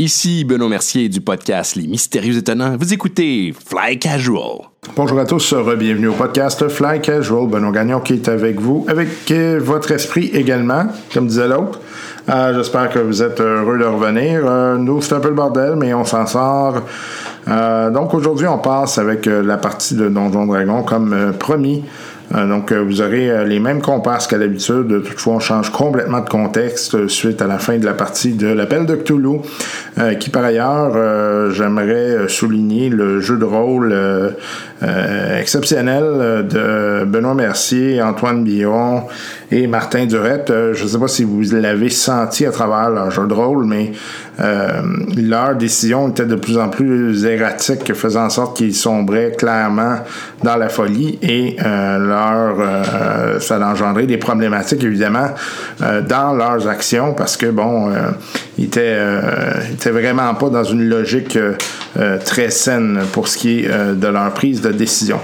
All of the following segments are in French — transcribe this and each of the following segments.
Ici Benoît Mercier du podcast Les Mystérieux Étonnants. Vous écoutez Fly Casual. Bonjour à tous, bienvenue au podcast Fly Casual. Benoît Gagnon qui est avec vous, avec euh, votre esprit également, comme disait l'autre. Euh, J'espère que vous êtes heureux de revenir. Euh, nous, c'est un peu le bordel, mais on s'en sort. Euh, donc aujourd'hui, on passe avec euh, la partie de Donjon Dragon comme euh, promis. Euh, Donc, vous aurez les mêmes comparses qu'à l'habitude. Toutefois, on change complètement de contexte euh, suite à la fin de la partie de l'appel de Cthulhu, euh, qui par ailleurs, euh, j'aimerais souligner le jeu de rôle euh, exceptionnel de Benoît Mercier, Antoine Billon et Martin Durette. Euh, Je ne sais pas si vous l'avez senti à travers leur jeu de rôle, mais euh, leur décision était de plus en plus erratique, faisant en sorte qu'ils sombraient clairement dans la folie et leur euh, ça a engendré des problématiques évidemment euh, dans leurs actions parce que bon, euh, ils étaient, euh, ils étaient, vraiment pas dans une logique euh, très saine pour ce qui est euh, de leur prise de décision.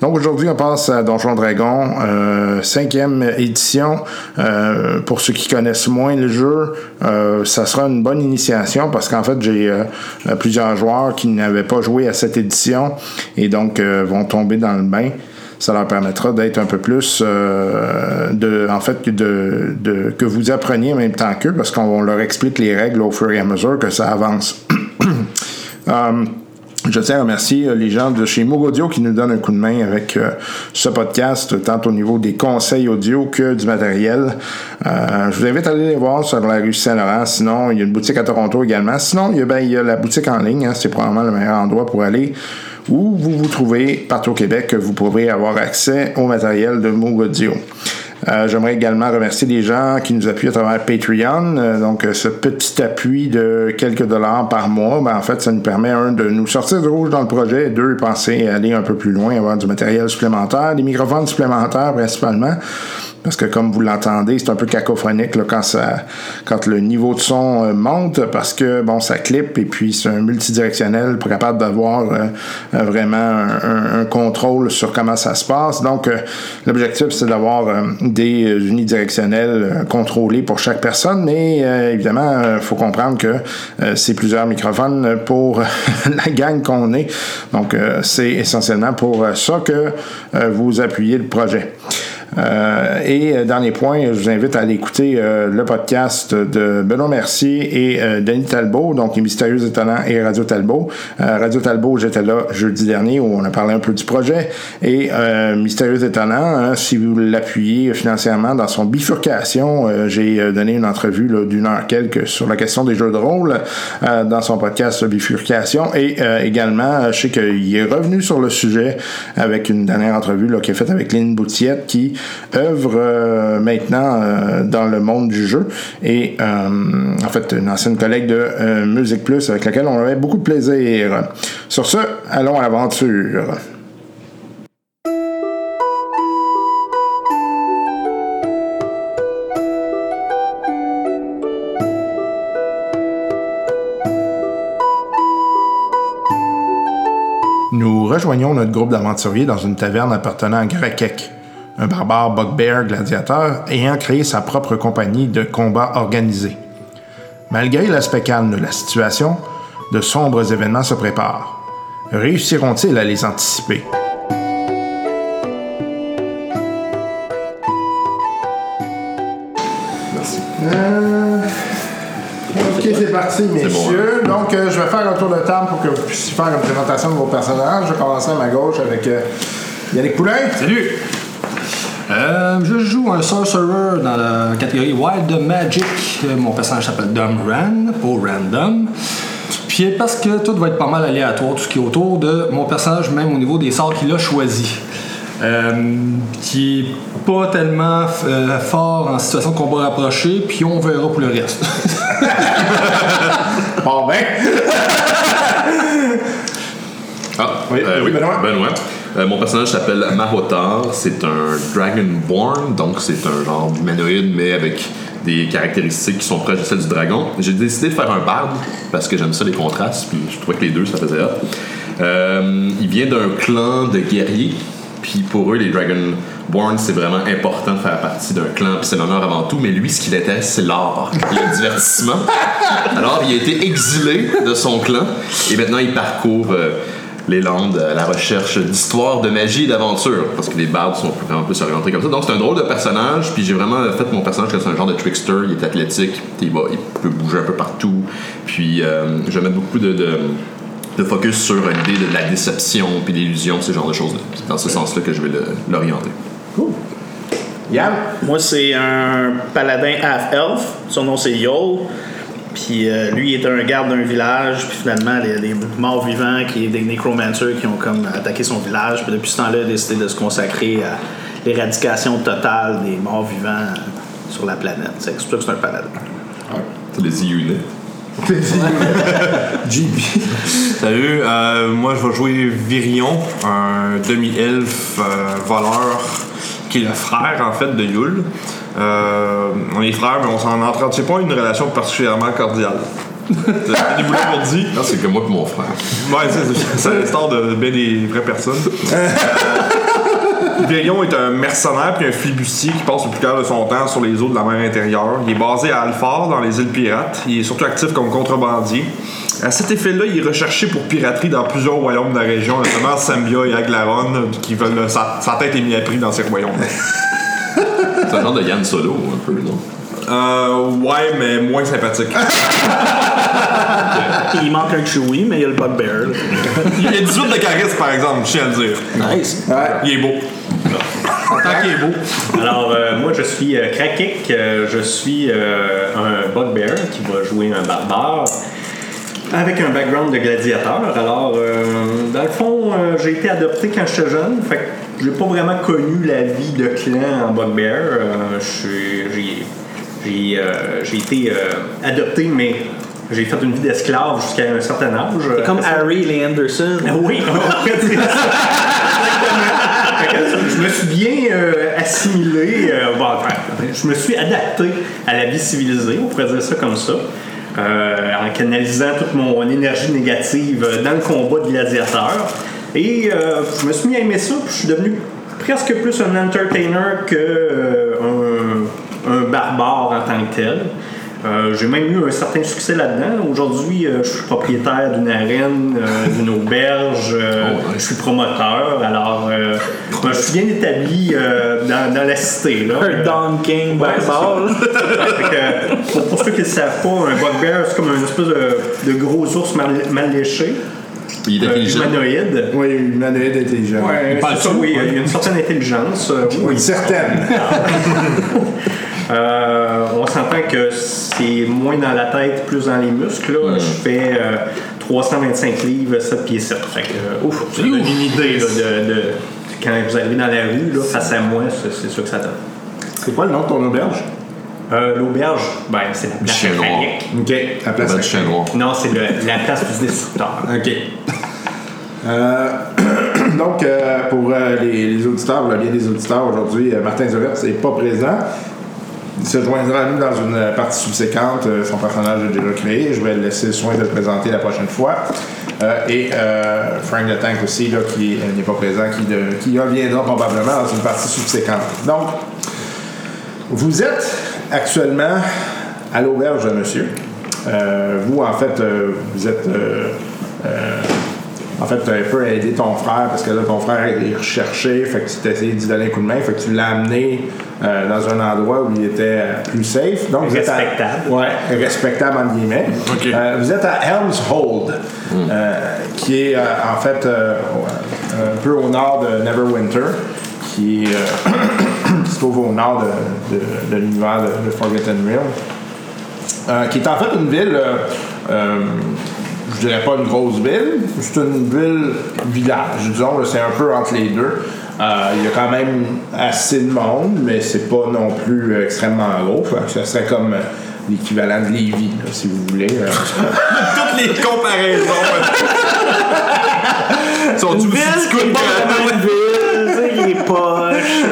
Donc aujourd'hui, on passe à Donjon Dragon, euh, cinquième édition. Euh, pour ceux qui connaissent moins le jeu, euh, ça sera une bonne initiation parce qu'en fait, j'ai euh, plusieurs joueurs qui n'avaient pas joué à cette édition et donc euh, vont tomber dans le bain ça leur permettra d'être un peu plus euh, de en fait de, de, que vous appreniez en même temps qu'eux parce qu'on leur explique les règles au fur et à mesure que ça avance. um. Je tiens à remercier euh, les gens de chez Moog Audio qui nous donnent un coup de main avec euh, ce podcast, tant au niveau des conseils audio que du matériel. Euh, je vous invite à aller les voir sur la rue Saint-Laurent. Sinon, il y a une boutique à Toronto également. Sinon, il y a, ben, il y a la boutique en ligne. Hein, C'est probablement le meilleur endroit pour aller où vous vous trouvez partout au Québec. Vous pourrez avoir accès au matériel de Moog Audio. Euh, J'aimerais également remercier les gens qui nous appuient à travers Patreon. Euh, donc, euh, ce petit appui de quelques dollars par mois, ben, en fait, ça nous permet, un, de nous sortir de rouge dans le projet, et deux, penser à aller un peu plus loin, avoir du matériel supplémentaire, des microphones supplémentaires principalement. Parce que comme vous l'entendez, c'est un peu cacophonique là, quand ça, quand le niveau de son euh, monte, parce que bon, ça clip et puis c'est un multidirectionnel pour capable d'avoir euh, vraiment un, un, contrôle sur comment ça se passe. Donc euh, l'objectif c'est d'avoir euh, des unidirectionnels euh, contrôlés pour chaque personne, mais euh, évidemment, il euh, faut comprendre que euh, c'est plusieurs microphones pour euh, la gang qu'on est. Donc, euh, c'est essentiellement pour euh, ça que euh, vous appuyez le projet. Euh, et dernier point, je vous invite à aller écouter euh, le podcast de Benoît Mercier et euh, Denis Talbot, donc les Mystérieux Étonnants et Radio Talbot. Euh, Radio Talbot, j'étais là jeudi dernier où on a parlé un peu du projet. Et euh, Mystérieux Étonnants, hein, si vous l'appuyez financièrement dans son bifurcation, euh, j'ai donné une entrevue d'une heure quelques sur la question des jeux de rôle euh, dans son podcast Bifurcation. Et euh, également, je sais qu'il est revenu sur le sujet avec une dernière entrevue qu'il a faite avec Lynn Boutiette qui œuvre euh, maintenant euh, dans le monde du jeu et euh, en fait une ancienne collègue de euh, Musique Plus avec laquelle on avait beaucoup de plaisir. Sur ce, allons à l'aventure. Nous rejoignons notre groupe d'aventuriers dans une taverne appartenant à Grekek, un barbare bugbear gladiateur ayant créé sa propre compagnie de combat organisé. Malgré l'aspect calme de la situation, de sombres événements se préparent. Réussiront-ils à les anticiper? Merci. Euh... Ok, c'est parti, messieurs. Bon, hein? Donc, euh, je vais faire un tour de table pour que vous puissiez faire une présentation de vos personnages. Je vais commencer à ma gauche avec euh, Yannick Poulin. Salut! Euh, je joue un sorcerer dans la catégorie Wild Magic. Euh, Mon personnage s'appelle Dom Ran, pour random. Puis parce que tout va être pas mal aléatoire, tout ce qui est autour de mon personnage, même au niveau des sorts qu'il a choisis. Euh, qui est pas tellement euh, fort en situation de combat rapproché, puis on verra pour le reste. bon ben! ah, oui, oui, Benoît. Benoît. Euh, mon personnage s'appelle Mahotar. C'est un Dragonborn, donc c'est un genre d'humanoïde, mais avec des caractéristiques qui sont proches de celles du dragon. J'ai décidé de faire un barbe parce que j'aime ça les contrastes, puis je trouvais que les deux ça faisait hâte. Euh, il vient d'un clan de guerriers, puis pour eux, les Dragon Bourne, c'est vraiment important de faire partie d'un clan, puis c'est l'honneur avant tout, mais lui, ce qui l'intéresse, c'est l'art et le divertissement. Alors, il a été exilé de son clan, et maintenant, il parcourt euh, les Landes à euh, la recherche d'histoires, de magie et d'aventure, parce que les bardes sont vraiment plus orientés comme ça. Donc, c'est un drôle de personnage, puis j'ai vraiment fait mon personnage que c'est un genre de trickster, il est athlétique, il, va- il peut bouger un peu partout, puis euh, je mets beaucoup de- de de focus sur l'idée de la déception puis l'illusion, ce genre de choses-là. C'est dans ce sens-là que je vais le- l'orienter. Yann? Moi, c'est un paladin half-elf. Son nom, c'est Yol. Puis euh, lui, il est un garde d'un village. Puis finalement, les, les morts vivants, qui, des nécromanciers qui ont comme attaqué son village. Puis depuis ce temps-là, il a décidé de se consacrer à l'éradication totale des morts vivants euh, sur la planète. C'est pour ça que c'est un paladin. C'est des IUNET. Salut, euh, moi je vais jouer Virion, un demi-elfe euh, voleur qui est le frère en fait de Yule. Euh, on est frères, mais on s'en entretient c'est pas une relation particulièrement cordiale. C'est des boulets pour dire. Non, c'est que moi et mon frère. Ouais, c'est- c'est c'est l'histoire de bien des vraies personnes. Euh, Virion est un mercenaire puis un flibustier qui passe le plus clair de son temps sur les eaux de la mer intérieure. Il est basé à Alfort, dans les îles Pirates. Il est surtout actif comme contrebandier. À cet effet-là, il est recherché pour piraterie dans plusieurs royaumes de la région, notamment Sambia et Aglaron, euh, qui veulent le- sa, sa tête est mise à prix dans ces royaumes. C'est un genre de Yann Solo, un peu, non? Euh, ouais, mais moins sympathique. Ah, il manque un Chewie, mais il y a le Bugbear. là. Il a 18 de charisme, par exemple, je tiens à le dire. Nice. Il est beau. Tant qu'il est beau. Alors, euh, moi, je suis euh, Krakik. Euh, je suis euh, un bugbear qui va jouer un barbare avec un background de gladiateur. Alors, euh, dans le fond, euh, j'ai été adopté quand j'étais jeune. Fait que j'ai pas vraiment connu la vie de clan en bugbear. Euh, je suis- j'ai- j'ai euh, j'ai été euh, adopté, mais j'ai fait une vie d'esclave jusqu'à un certain âge. C'est comme Harry Lee Anderson. Ah Oui, c'est ça. Fait que Je me suis bien euh, assimilé, euh, bon, enfin, je me suis adapté à la vie civilisée, on pourrait dire ça comme ça, euh, en canalisant toute mon énergie négative euh, dans le combat de gladiateur. Et euh, je me suis mis à aimer ça, puis je suis devenu presque plus un entertainer que euh, un, un barbare en tant que tel. Euh, j'ai même eu un certain succès là-dedans. Aujourd'hui, euh, je suis propriétaire d'une arène, euh, d'une auberge, euh, je suis promoteur. Alors, euh, ben, je suis bien établi euh, dans, dans la cité. Là. Un Euh, Don King barbare. là. fait que, pour, pour ceux qui ne savent pas, un bugbear, c'est comme une espèce de, de gros ours mal, mal léché, Il est euh, intelligent. humanoïde. Oui, une année intelligent. Ouais, parle c'est ça, tout, oui, il y a une certaine intelligence. euh, oui. Une certaine. Euh, on s'entend que c'est moins dans la tête, plus dans les muscles. là. Je fais euh, 325 livres, 7 pieds 7. Fait que, euh, ouf, ça donne une idée là, de, de- quand vous arrivez dans la rue, là, face à moi, c'est c'est ça que ça donne. C'est quoi le nom de ton auberge? Euh, L'auberge, ben, c'est la place Chien noir. mécanique. OK. La place Pas de chien noir. Non, c'est le- la place du destructeur. OK. Euh, donc, euh, pour euh, les, les auditeurs, le bien des auditeurs aujourd'hui, euh, Martin Zurette n'est pas présent. Il se joindra à nous dans une euh, partie subséquente. Euh, son personnage est déjà créé. Je vais le laisser le soin de le présenter la prochaine fois. Euh, et euh, Frank Le Tank aussi, là, qui euh, n'est pas présent, qui, de- qui reviendra probablement dans une partie subséquente. Donc, vous êtes actuellement à l'auberge de monsieur. Euh, vous, en fait, euh, vous êtes. euh, euh, en fait, tu un peu aidé ton frère parce que là, ton frère est recherché, fait que tu t'es essayé d'y donner un coup de main, fait que tu l'as amené euh, dans un endroit où il était euh, plus safe. Donc, vous êtes à- Respectable. ouais, respectable entre guillemets. OK. Euh, vous êtes à Helm's Hold, euh, qui est euh, en fait euh, un peu au nord de Neverwinter, qui, est, euh, qui se trouve au nord de, de- de l'univers de, de Forgotten Realm. Euh, qui est en fait une ville, euh, euh, je dirais pas une grosse ville, c'est une ville village, disons, là, c'est un peu entre les deux. Euh, Il y a quand même assez de monde, mais c'est pas non plus euh, extrêmement gros. Fait que Ça serait comme euh, l'équivalent de Lévis, là, si vous voulez. euh. Toutes les comparaisons. Sont-tu aussi petits coups de Vraiment une ville, tu sais, il est poche.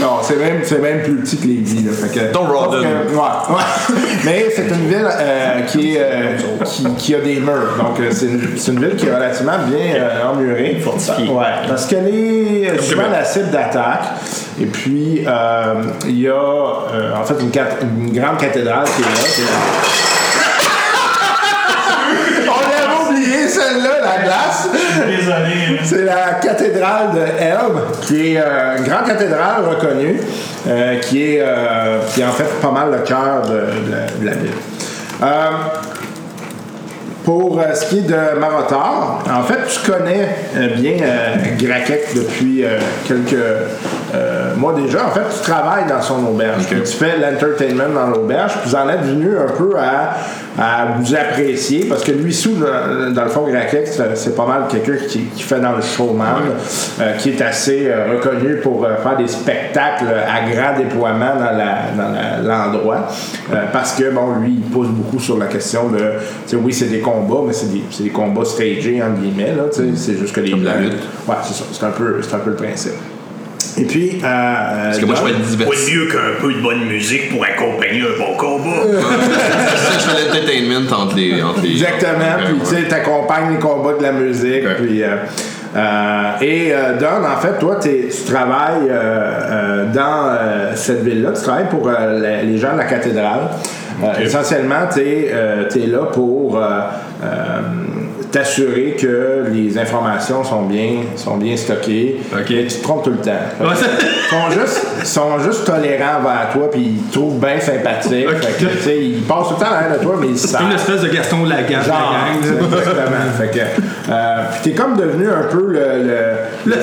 non, c'est même, c'est même plus petit que Lévis. Là, fait que, Don't roll Sauf que- them. ouais, ouais. Mais c'est une ville euh, qui, est, euh, qui, qui a des murs. Donc, euh, c'est une, c'est une ville qui est relativement bien euh, emmurée. Fortifiée. Ouais, parce qu'elle est euh, souvent la cible d'attaque. Et puis, euh, il y a euh, en fait une, cat- une grande cathédrale qui est là. qui est- On avait oublié celle-là, la glace. Désolé. C'est la cathédrale de Elbe, qui est euh, une grande cathédrale reconnue, euh, qui, est, euh, qui est en fait pas mal le cœur de, de la- de la ville. Euh, pour euh, ce qui est de Marotar, en fait, tu connais euh, bien euh, Graquec depuis euh, quelques euh, mois déjà. En fait, tu travailles dans son auberge. Puis Tu fais l'entertainment dans l'auberge. Puis Vous en êtes venu un peu à, à vous apprécier parce que lui, sous, dans, dans le fond, Graquec, c'est c'est pas mal quelqu'un qui, qui fait dans le showman, euh, qui est assez euh, reconnu pour euh, faire des spectacles à grand déploiement dans la- dans la- l'endroit. Euh, parce que, bon, lui, il pose beaucoup sur la question de, tu sais, oui, c'est des combats, mais c'est des, c'est des combats stagés, entre guillemets, là, tu sais, c'est juste que les... Comme la lutte. Ouais, c'est ça, c'est un, peu- c'est un peu le principe. Et puis, euh, Parce que moi, je vais être Quoi divertissant. de mieux qu'un peu de bonne musique pour accompagner un bon combat? Je fais l'entertainment entre les. Entre les Exactement. entre- Puis tu sais, t'accompagnes les combats de la musique. Ouais. Puis, euh, euh, et euh, Don, en fait, toi, t'es- tu travailles euh, euh, dans euh, cette ville-là. Tu travailles pour euh, la- les gens de la cathédrale. Euh, essentiellement, tu es, là pour euh, euh, t'assurer que les informations sont bien, sont bien stockées. Ok. Et tu te trompes tout le temps. Ils sont juste, ils sont juste tolérants envers toi, puis ils te trouvent bien sympathique. Fait que, tu sais, ils passent tout le temps derrière de toi, mais ils savent. C'est une espèce de Gaston Lagaffe, Genre, la gang. là. exactement. fait que, euh, puis t'es comme devenu un peu le... Le, le-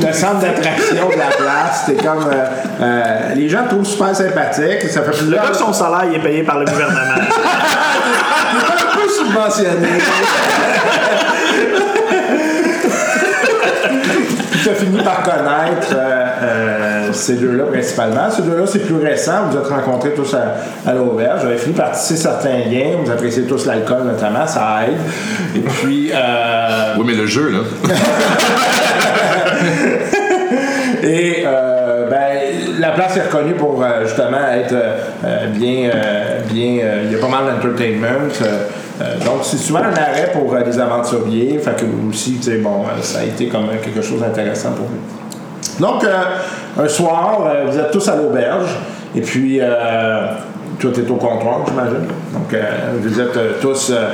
le centre d'attraction de la place. T'es comme... euh, euh, les gens te trouvent super sympathique. Ça fait Le plusieurs... gars que son salaire il est payé par le gouvernement. T'es un peu subventionné. Puis t'as fini par connaître euh, euh, ces deux-là principalement. Ces deux-là, c'est plus récent. Vous êtes rencontrés tous à, à l'auberge. Vous avez fini par tisser certains liens. Vous appréciez tous l'alcool, notamment. Ça aide. Et puis... euh, Oui, mais le jeu, là. Et euh, ben, la place est reconnue pour euh, justement être euh, euh, bien. euh, bien euh, il y a pas mal d'entertainment. euh, euh, donc, c'est souvent un arrêt pour euh, des aventuriers. Fait que vous aussi, tu sais, bon, euh, ça a été comme euh, quelque chose d'intéressant pour vous. Donc, euh, un soir, euh, vous êtes tous à l'auberge. Et puis, euh, tout est au comptoir, j'imagine. Donc, euh, vous êtes euh, tous euh,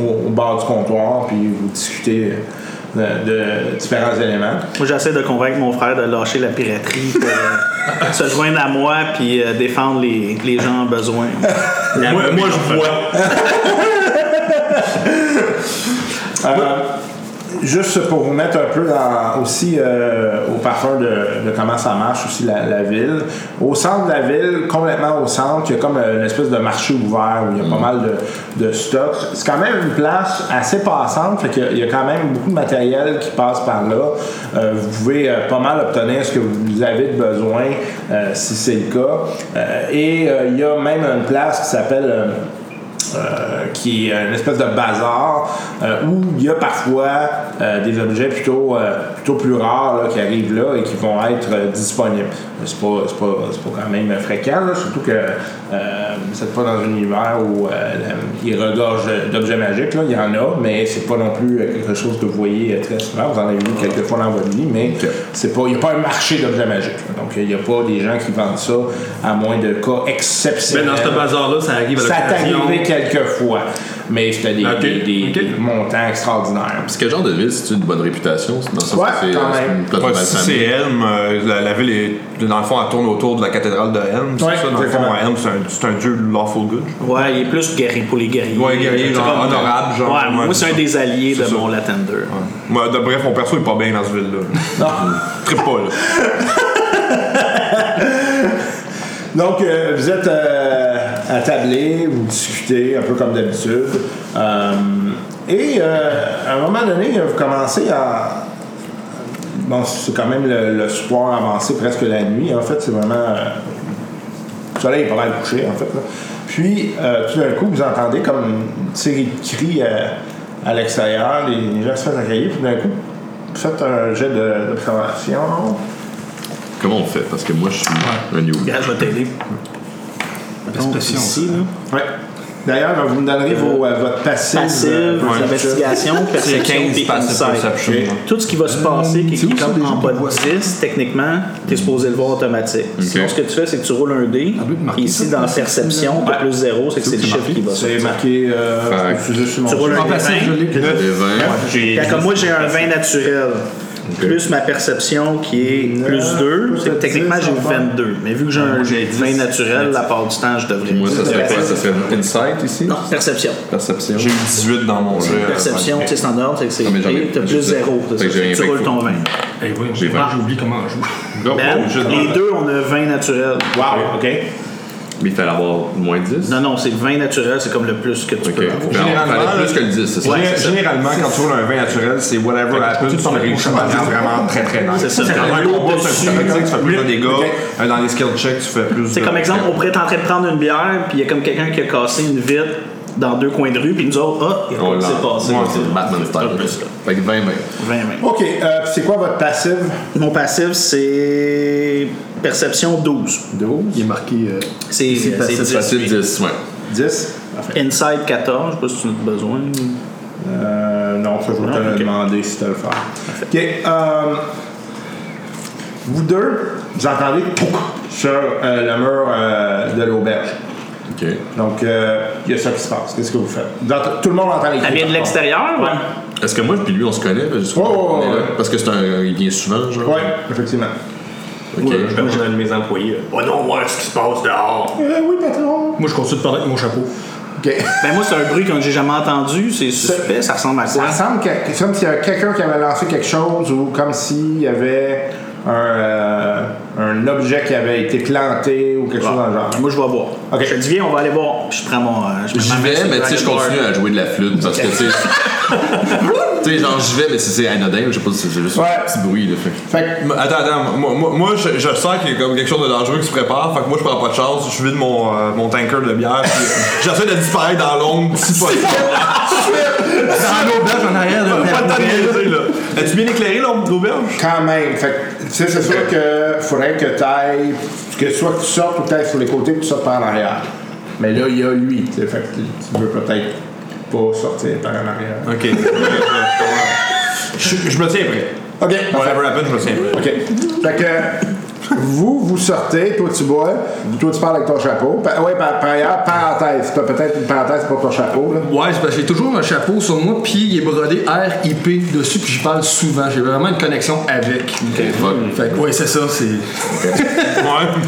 au, au bord du comptoir. Puis, vous discutez euh, de- de différents éléments. Moi, j'essaie de convaincre mon frère de lâcher la piraterie pour euh, se joindre à moi puis euh, défendre les, les gens en besoin. La- Moi, moi, je vois. Euh, juste pour vous mettre un peu dans, aussi euh, au parfum de, de comment ça marche aussi la, la ville. Au centre de la ville, complètement au centre, il y a comme euh, une espèce de marché ouvert où il y a pas mal de, de stocks. C'est quand même une place assez passante, fait qu'il y a- il y a quand même beaucoup de matériel qui passe par là. Euh, vous pouvez euh, pas mal obtenir ce que vous avez de besoin euh, si c'est le cas. Euh, et euh, il y a même une place qui s'appelle euh, euh, qui est une espèce de bazar euh, où il y a parfois euh, des objets plutôt, euh, plutôt plus rares là, qui arrivent là et qui vont être euh, disponibles. C'est pas, c'est pas, c'est pas quand même fréquent, là, surtout que euh, vous n'êtes pas dans un univers où euh, la- il regorge d'objets magiques. là. Il y en a, mais c'est pas non plus euh, quelque chose que vous voyez euh, très souvent. Vous en avez vu quelques fois dans votre vie, mais c'est pas, il n'y a pas un marché d'objets magiques. là. Donc il n'y a pas des gens qui vendent ça à moins de cas Mais exceptionnels. dans ce bazar-là, ça arrive à Ça t'est l'occasion. arrivé quelques fois, mais c'était des, Ok, des- des- ok. des montants extraordinaires. Parce que quel genre de ville, c'est une bonne réputation? Dans le sens Ouais, que c'est quand euh, c'est même. une plate Ouais, mal si c'est famille. Helm, euh, la, la ville est, dans le fond, elle tourne autour de la cathédrale de Helm. Ouais, c'est ça, dans le fond, exactement. Helm, c'est un, c'est un dieu lawful good. Ouais, il est plus guerrier pour les guerriers. Ouais, guerrier, genre, C'est comme- honorable, genre. Ouais, moi, Ouais, c'est un ça. des alliés de C'est ça. mon Latender. Moi, de, bref, mon perso est pas bien dans cette ville-là. Non. Très pas, là. Donc, euh, vous êtes euh, attablés, vous discutez un peu comme d'habitude. Euh, et euh, à un moment donné, vous commencez à. Bon, c'est quand même le, le soir avancé, presque la nuit. En fait, c'est vraiment. euh, le soleil est pas mal couché, en fait. là. Puis, euh, tout d'un coup, vous entendez comme une série de cris euh, à l'extérieur, les, les gens se font accueillir. Puis, d'un coup, vous faites un jet de- d'observation. Comment on fait Parce que moi, je suis un new. Regarde, je vais t'aider. Mettons, Expression, ici, là. Ouais. D'ailleurs, vous me donnerez vos, euh, votre passive. Passive, euh, investigation, C'est perception, 15 puis passive insight. perception. Ok. Tout ce qui va se passer, qui c'est où est ça, comme déjà, en bas de 10, techniquement, tu es supposé le voir automatique. Sinon, ce que tu fais, c'est que tu roules un dé. Ah, oui, marquez Puis ici, ça. dans perception, tu plus 0, c'est que c'est le chiffre qui va C'est sortir. marqué. Euh, Fait que- fusée sur mon Tu roules jeu. un En passif, je dé l'ai. Les 20. J'ai. 20. Fait Comme moi, j'ai un 20 naturel. Plus ma perception qui est plus 2, plus c'est que le techniquement 10, j'ai ça va. 22. Mais vu que j'ai un 20 naturel, la part du temps, je devrais. Moi, ça serait quoi Ça serait insight ici Non, perception. Perception. J'ai eu 18 dans mon jeu. Perception, tu sais, standard, c'est que c'est. Non, mais j'en ai- T'as j'ai plus ça. 0. Fait que j'ai rien Tu fait roules que ton faut- 20. Eh oui, J'ai vingt. ah, j'oublie comment on joue. Non, Ben, oh, juste les dans- deux, on a 20 naturel. Wow, Ah, ok. Mais il fallait avoir moins 10. Non, non, c'est 20 naturel, c'est comme le plus que tu Ok. peux Ben, avoir. on fallait plus que le 10, c'est ça. Géné- généralement, quand tu roules un vin naturel, c'est whatever happens, tu réussis à faire vraiment très très nice. C'est ça. C'est T'as vraiment un un lot combat, dessus. c'est un coup critique, tu fais plus de dégâts. Ok. Euh, Dans les skill checks, tu fais plus C'est de- comme exemple, on pourrait être en train de prendre une bière, puis il y a comme quelqu'un qui a cassé une vitre dans deux coins de rue, puis nous autres, ah, il y a On quoi qui l'a. s'est passé. Oh Ouais, c'est Batman Pas style. plus, là. Fait que 20, 20. 20, 20. Ok, euh, c'est quoi votre passive Mon passif, c'est perception 12. 12. Il est marqué euh, C'est c'est C'est 10. facile 10, ouais. 10. Inside 14, je sais pas si tu en as besoin. Euh, non, ça, je vais te le ok. demander si tu le faire. OK. euh, vous deux, vous entendez pouk sur euh, le mur euh, de l'auberge. Ok. Donc, euh, il y a ça qui se passe. Qu'est-ce que vous faites? Vous ent- tout le monde entend les Elle cris, vient de par contre. l'extérieur, ouais. Est-ce que moi puis lui on se connaît parce que- Ouais, ouais, ouais, on est là? ouais. Parce que c'est un il vient souvent genre. Oui, effectivement. OK. Je vais demander à mes employés. Oh non, moi, ce qui se passe dehors. Euh, oui, patron. Moi, je continue de parler avec mon chapeau. OK. Ben moi, c'est un bruit que j'ai jamais entendu, c'est suspect, ça ressemble à Ça quoi? ressemble que, c'est comme s'il y avait quelqu'un qui avait lancé quelque chose ou comme s'il y avait un, euh, un objet qui avait été planté ou quelque chose dans le genre. Moi, je vais voir. Ok. Je te dis, viens, on va aller voir. Puis je prends mon. euh, je mets ma J'y main vais sur le mais tu sais je dragon continue à jouer de la flûte parce que tu sais Tu sais genre j'y vais mais c'est- c'est anodin, je sais pas si c'est juste Ouais. un petit bruit là fait. que- Fait que M- Attends, attends, moi, moi, moi, je, je sens qu'il y a comme quelque chose de dangereux qui se prépare, fait que moi je prends pas de chance, je vide mon, euh, mon tanker de bière, puis j'essaie de disparaître dans l'ombre si possible. dans Euh, l'auberge en arrière, là. Pas le temps de niaiser, là. As-tu bien éclairé l'ombre d'auberge? Quand même. Fait que, tu sais, c'est sûr que faudrait que tu ailles, que soit que tu sortes ou que tu ailles sur les côtés, que tu sortes par en arrière. Mais là, il y a lui. tu sais, Fait que tu- tu veux peut-être pas sortir par en arrière. Ok. je, je me tiens prêt. OK. Whatever happens, je me tiens prêt. OK. Fait que vous, vous sortez, toi tu bois, toi tu parles avec ton chapeau. oui, par, par ailleurs, parenthèse. T'as peut-être une parenthèse pour ton chapeau, là. Ouais, c'est parce que j'ai toujours un chapeau sur moi, puis il est brodé RIP dessus, puis j'y parle souvent. J'ai vraiment une connexion avec. fuck. Fait que, ouais, c'est ça, c'est.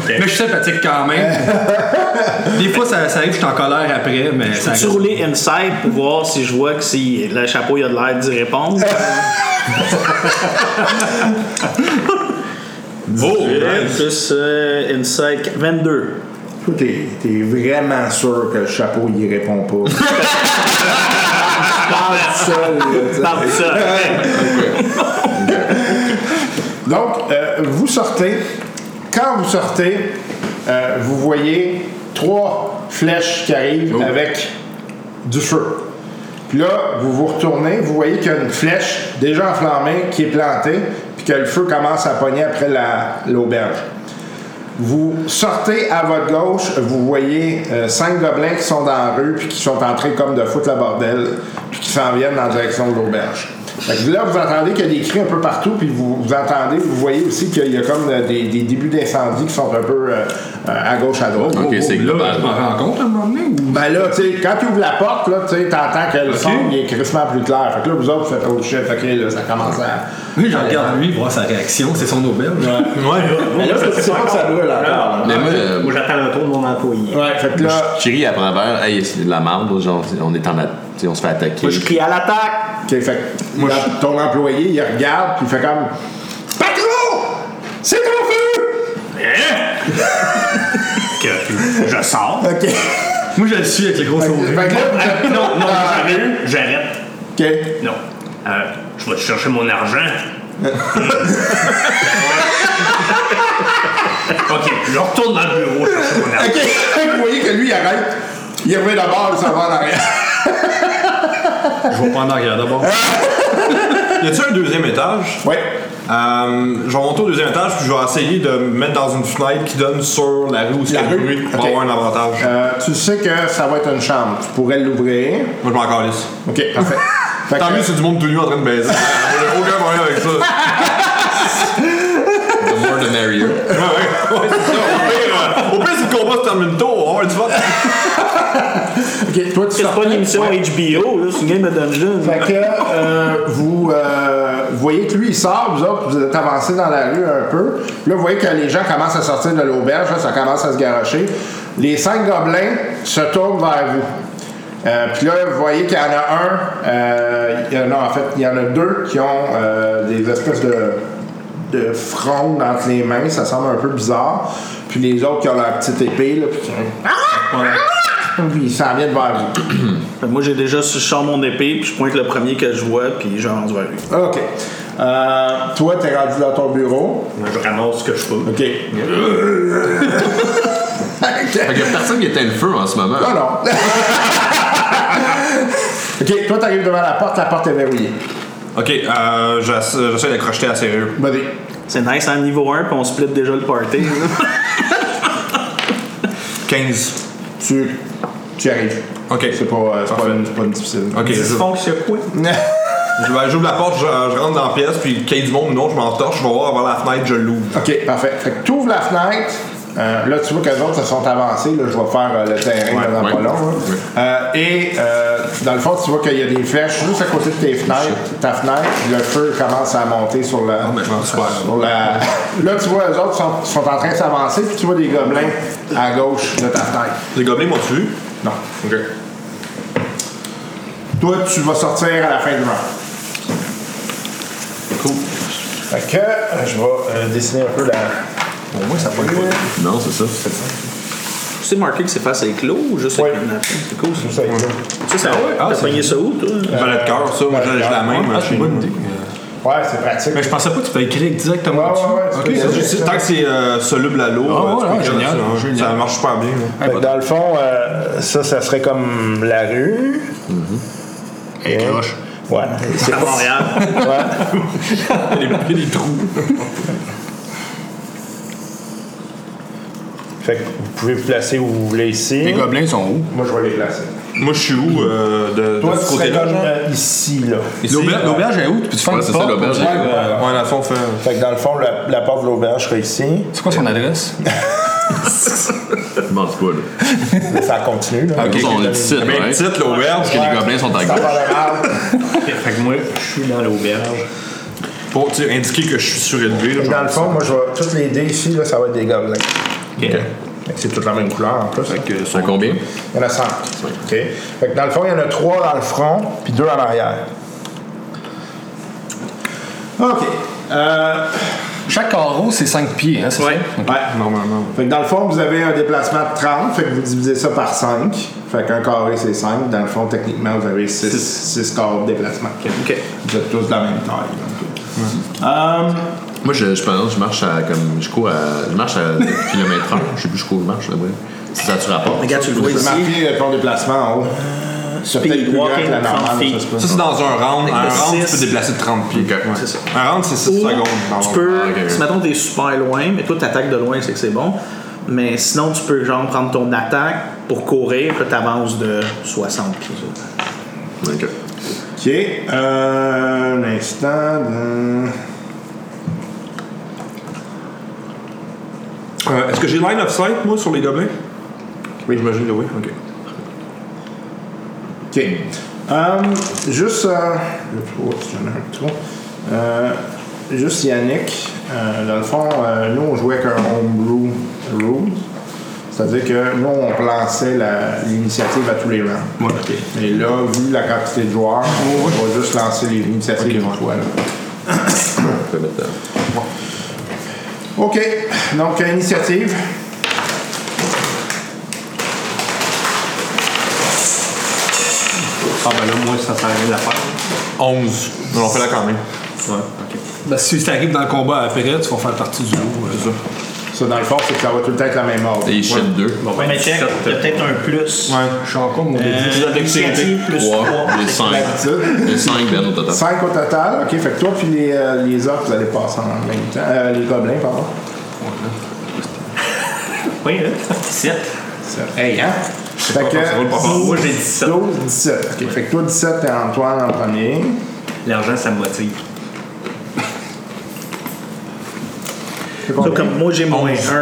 Mais je suis sympathique quand même. Des fois, ça, ça arrive, je suis en colère après, mais ça Peux-tu rouler inside pour voir si je vois que si le chapeau il a de l'air d'y répondre? Oh, Plus euh, inside 22. Toi, t'es t'es vraiment sûr que le chapeau, il répond pas. Parle seul, là, tu sais. Parle tout seul. Donc, euh, vous sortez. Quand vous sortez, euh, vous voyez trois flèches qui arrivent avec du feu. Puis là, vous vous retournez, vous voyez qu'il y a une flèche déjà enflammée qui est plantée, puis que le feu commence à pogner après la- l'auberge. Vous sortez à votre gauche, vous voyez euh, cinq gobelins qui sont dans la rue, puis qui sont en train comme de foutre le bordel, puis qui s'en viennent dans la direction de l'auberge. Fait que là, vous entendez qu'il y a des cris un peu partout, puis vous, vous entendez, vous voyez aussi qu'il y a comme euh, des, des débuts d'incendie qui sont un peu euh, euh, à gauche, à droite. OK, c'est global. Je m'en rends compte à un moment donné ou. Ben là, tu sais, quand tu ouvres la porte, là, tu sais, t'entends que le son, il est crissement plus clair. Fait que là, vous autres, vous faites autre shit. Fait que là, ça commence à... Oui, je regarde lui, voir sa réaction, c'est son auberge. Mais là, je sais pas que ça brûle encore. Mais moi, euh, Moi, j'attends le retour de mon employé. Ouais, fait que là... Chiri à travers, hey, c'est de la merde, genre on est en a- tu sais, on se fait attaquer. Moi, je crie à l'attaque. OK, fait que là, ton employé, il regarde, puis il fait comme... Patron! C'est ton feu! Que je sors. OK. Moi, je le suis avec les gros sourire. Fait que là, vous êtes- Non, non, Ah, j'arrête. J'arrête. OK. Non. Euh, je vais te chercher mon argent. ok, je retourne dans le bureau chercher mon argent. OK. Fait que vous voyez que lui, il arrête. Il revient d'abord, il s'en va en arrière. Je vais pas en arrière d'abord. Y a-tu un deuxième étage? Ouais. Euh, je vais monter au deuxième étage, puis je vais essayer de me mettre dans une fenêtre qui donne sur la rue où il y a La le rue? bruit pour Ok. avoir un avantage. Euh, tu sais que ça va être une chambre. Tu pourrais l'ouvrir. Moi, je m'en calisse. OK, parfait. Fait que- Tant mieux, c'est du monde tout nu en train de baiser. J'ai aucun problème avec ça. The more the merrier. Ouais, ouais, c'est ça. Au pire, euh, Au pire, si le combat se termine tôt, on va avoir du fun. OK, toi, tu C'est sors- pas une émission HBO, là, c'est une game de dungeon. Fait que euh, vous, euh, vous voyez que lui, il sort, vous autres, vous êtes avancés dans la rue un peu. Là, vous voyez que les gens commencent à sortir de l'auberge, là, ça commence à se garocher. Les cinq gobelins se tournent vers vous. Euh, Puis là, vous voyez qu'il y en a un, euh, il y en a- en fait, il y en a deux qui ont euh, des espèces de, de frondes entre les mains, ça semble un peu bizarre. Puis les autres qui ont leur petite épée, là, puis qui. Puis ils s'en viennent vers vous. Fait que moi, j'ai déjà, je sors mon épée, puis je pointe le premier que je vois, puis j'avance vers lui. OK. Euh, toi, t'es rendu dans ton bureau. Je ramasse ce que je peux. OK. Fait qu'il y a personne qui éteint le feu en ce moment. Non, non. OK, toi, t'arrives devant la porte, la porte est verrouillée. Ok, euh, j'essa- j'essaie d'accrocher à sérieux. Vas-y. C'est nice, en niveau 1, puis on split déjà le party. là. 15. Tu, tu arrives. Ok. C'est pas, euh, c'est pas, une- c'est pas une difficile. Ok, je, je- ben, j'ouvre la porte, je, je rentre dans la pièce, puis qu'il y ait du monde ou non, je m'entorche, je vais voir avant la fenêtre, je l'ouvre. OK, parfait. Fait que tu ouvres la fenêtre. euh, là, tu vois que les autres se sont avancés. Là, je vais faire euh, le terrain dans ouais. pas long. hein. Ouais. Euh, et euh, dans le fond, tu vois qu'il y a des flèches juste à côté de tes fenêtres, ta fenêtre. Le feu commence à monter sur la. Oh, Ah, mais je m'en suis pas. sur la- Là, tu vois, les autres sont, sont en train de s'avancer, puis tu vois des gobelins à gauche de ta fenêtre. Les gobelins m'ont vu. Non. Ok. Toi, tu vas sortir à la fin du round. Cool. Fait que euh, je vais euh, dessiner un peu la. Au moins, ça va mieux. Non, c'est ça. tu sais marqué que c'est face à éclos ou juste avec Ouais. une nappe? C'est cool. ça. Tout ça, il est là. Tu sais, ça, t'as pogné ça où, toi? Le valet de cœur, ça, moi, j'ai j'ai la même. Ah, euh, c'est chez une nous. bonne idée. Ouais, c'est pratique. Mais je pensais pas que tu peux écrire directement Ouais, dessus. ouais, ouais, tu peux Ok, écrire. ça, Juste- Tant que c'est euh, soluble à l'eau, Ah, euh, tu ouais, peux ouais, garder génial, ça, hein. génial. ça marche super bien. là. Fait que dans le fond, euh, ça, ça serait comme la rue. Et cloche. Ouais. C'est À Montréal. ouais. Il y a des trous. Fait que vous pouvez vous placer où vous voulez ici. Les gobelins sont où? Moi, je vais les placer. Moi, je suis où euh, de, Toi, de tu ce serais côté-là? comme genre? euh, ici, là. L'auberge l'auberge est où? Tu peux te faire Ouais, une c'est ça, porte? l'auberge. Ouais, dans le fond, on fait. Fait que dans le fond, la, la porte de l'auberge serait ici. C'est quoi son adresse? Je m'en fous, là. Ça continue, Ah, là. Nous, on est ici, Ben, Même ouais. Ben, titre, l'auberge. Parce que les gobelins sont à Ça gauche. va le rendre. Fait que moi, je suis dans l'auberge. Pour tu sais, indiquer que je suis surélevé. là, Fait que genre. Dans le fond, moi, je vais. Toutes les dés ici, là, ça va être des gobelins. Fait que C'est toutes la même couleur, en plus. Ça combien? Il y en a 100. OK. Fait que dans le fond, il y en a 3 dans le front, puis 2 en arrière. OK. Euh, Chaque carreau, c'est 5 pieds, hein, c'est ouais. Normalement. Fait que dans le fond, vous avez un déplacement de 30, fait que vous divisez ça par 5. Fait qu'un carré, c'est 5. Dans le fond, techniquement, vous avez 6, carrés de déplacement. OK. Vous êtes tous de la même taille. donc. Moi, je, je pense, je marche à comme. Je cours à. Je marche à 9 km heure. Je sais plus jusqu'où je marche, là, ouais. C'est ça, tu rapportes. Regarde, tu le vois Vous ici. marquez ton déplacement en haut. C'est Speed peut-être plus grand que la walking, 30 normale, feet. ça se peut. Ça, c'est dans un round. Un le round, tu six. peux déplacer de 30 pieds. Ouais. C'est ça. Un round, c'est 6 Ou secondes. Tu normalement. peux, Ah, ok. si mettons t'es super loin, mais toi t'attaques de loin, c'est que c'est bon. Mais sinon, tu peux genre prendre ton attaque pour courir, puis t'avances de 60 pieds. Ok. OK. Euh, un instant. hum. Euh, Est-ce que j'ai line of sight, moi, sur les gobelins Oui. J'imagine que oui. Ok. OK. Hum, juste. Euh, oups, j'en ai un trop. Euh, juste Yannick, euh, dans le fond, euh, nous, on jouait avec un homebrew rules. C'est-à-dire que nous, on lançait la- l'initiative à tous les rounds. Et là, vu la quantité de joueurs, on va juste lancer les initiatives une fois. là. On peut mettre. euh, OK. Donc, euh, initiative. Ah ben là, moi, ça sert à rien de la faire. 11. Mais on fait là quand même. Ouais, ok. Ben, si tu arrives dans le combat après, tu vas faire partie du lot. euh, Ça, dans le fond, c'est que ça va tout le temps être la même ordre. Et il shit 2. Bon, mais check, il y a peut-être un plus. Ouais. Je suis encore mon début. Euh, initiative plus 3, 3. j'ai 5. J'ai 5 Ben au total. 5 au total. OK, fait que toi puis les, euh, les orques, vous allez passer en même temps. Euh, les gobelins, pardon. Oui, là. 7. Hey, hein? Fait Ah, que Ça roule pas fort. Moi, j'ai 17. 12, 17. OK, fait que toi, 17, t'es Antoine en premier. L'argent, ça me motive. C'est Ça, combien? comme moi, j'ai moins 1. Parce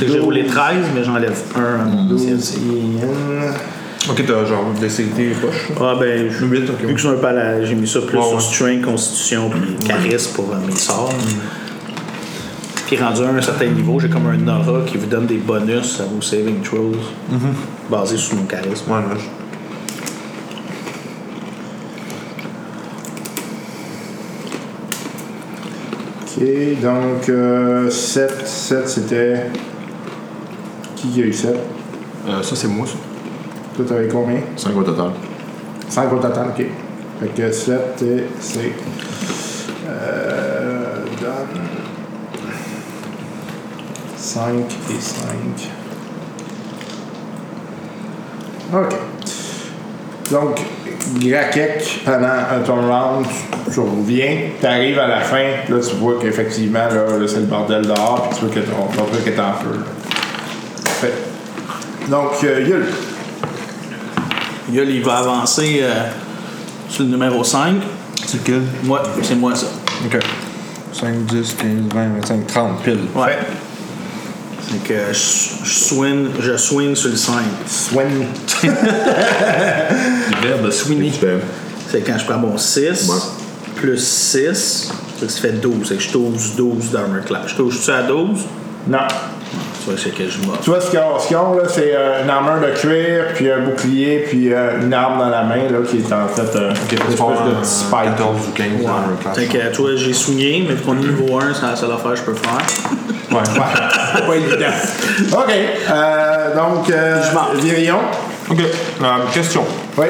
que J'ai roulé 13, mais j'enlève 1 à mon initiative. 12, Ian. Ok, t'as genre laissé tes poches. Ah ben, je- Huit, ok, ouais. vu que c'est un paladin, j'ai mis ça plus Ouais, sur ouais. strength, constitution, puis charisme pour euh, mes sorts. Mm. Puis rendu à un certain niveau, j'ai comme un aura qui vous donne des bonus à vos saving throws basés sur mon charisme. Ouais, là. OK, donc 7, 7, c'était... Qui qui a eu 7? Euh, ça, c'est moi, ça. Toi, t'avais combien? 5 au total. 5 au total, OK. Fait que 7, c'est... Euh, 5 et 5. OK. Donc, Grakek, pendant ton round, tu, tu reviens, t'arrives à la fin, là, tu vois qu'effectivement, là, là, c'est le bordel dehors, puis tu vois que ton, ton truc est en feu. là. Fait. Donc, euh, Yul. Yul, il va avancer euh, sur le numéro 5. C'est lequel Moi, c'est moi ça. Ok. 5, 10, 15, 20, 25, 30, pile. Ouais. Fait que je, je swing, je swing sur le 5. Swen. L'hiver de Sweeney. C'est quand je prends mon 6 plus 6. Ça fait 12. Fait que je touche 12 d'armor class. Je touche-tu à 12? Non. Tu vois, c'est que je m'offre. Tu vois ce qu'ils ont, ce qu'ils ont, là, c'est euh, une armure de cuir, puis un bouclier, puis euh, une arme dans la main, là, qui est en fait euh, une espèce de petit spike. 14 ou 15 dans un clash. Fait que toi, j'ai soigné, mais pour niveau 1, c'est la seule affaire que je peux faire. Ouais, ouais. C'est pas évident. OK. euh, donc, euh, Je marche. Virion. Ok, euh, question. Oui.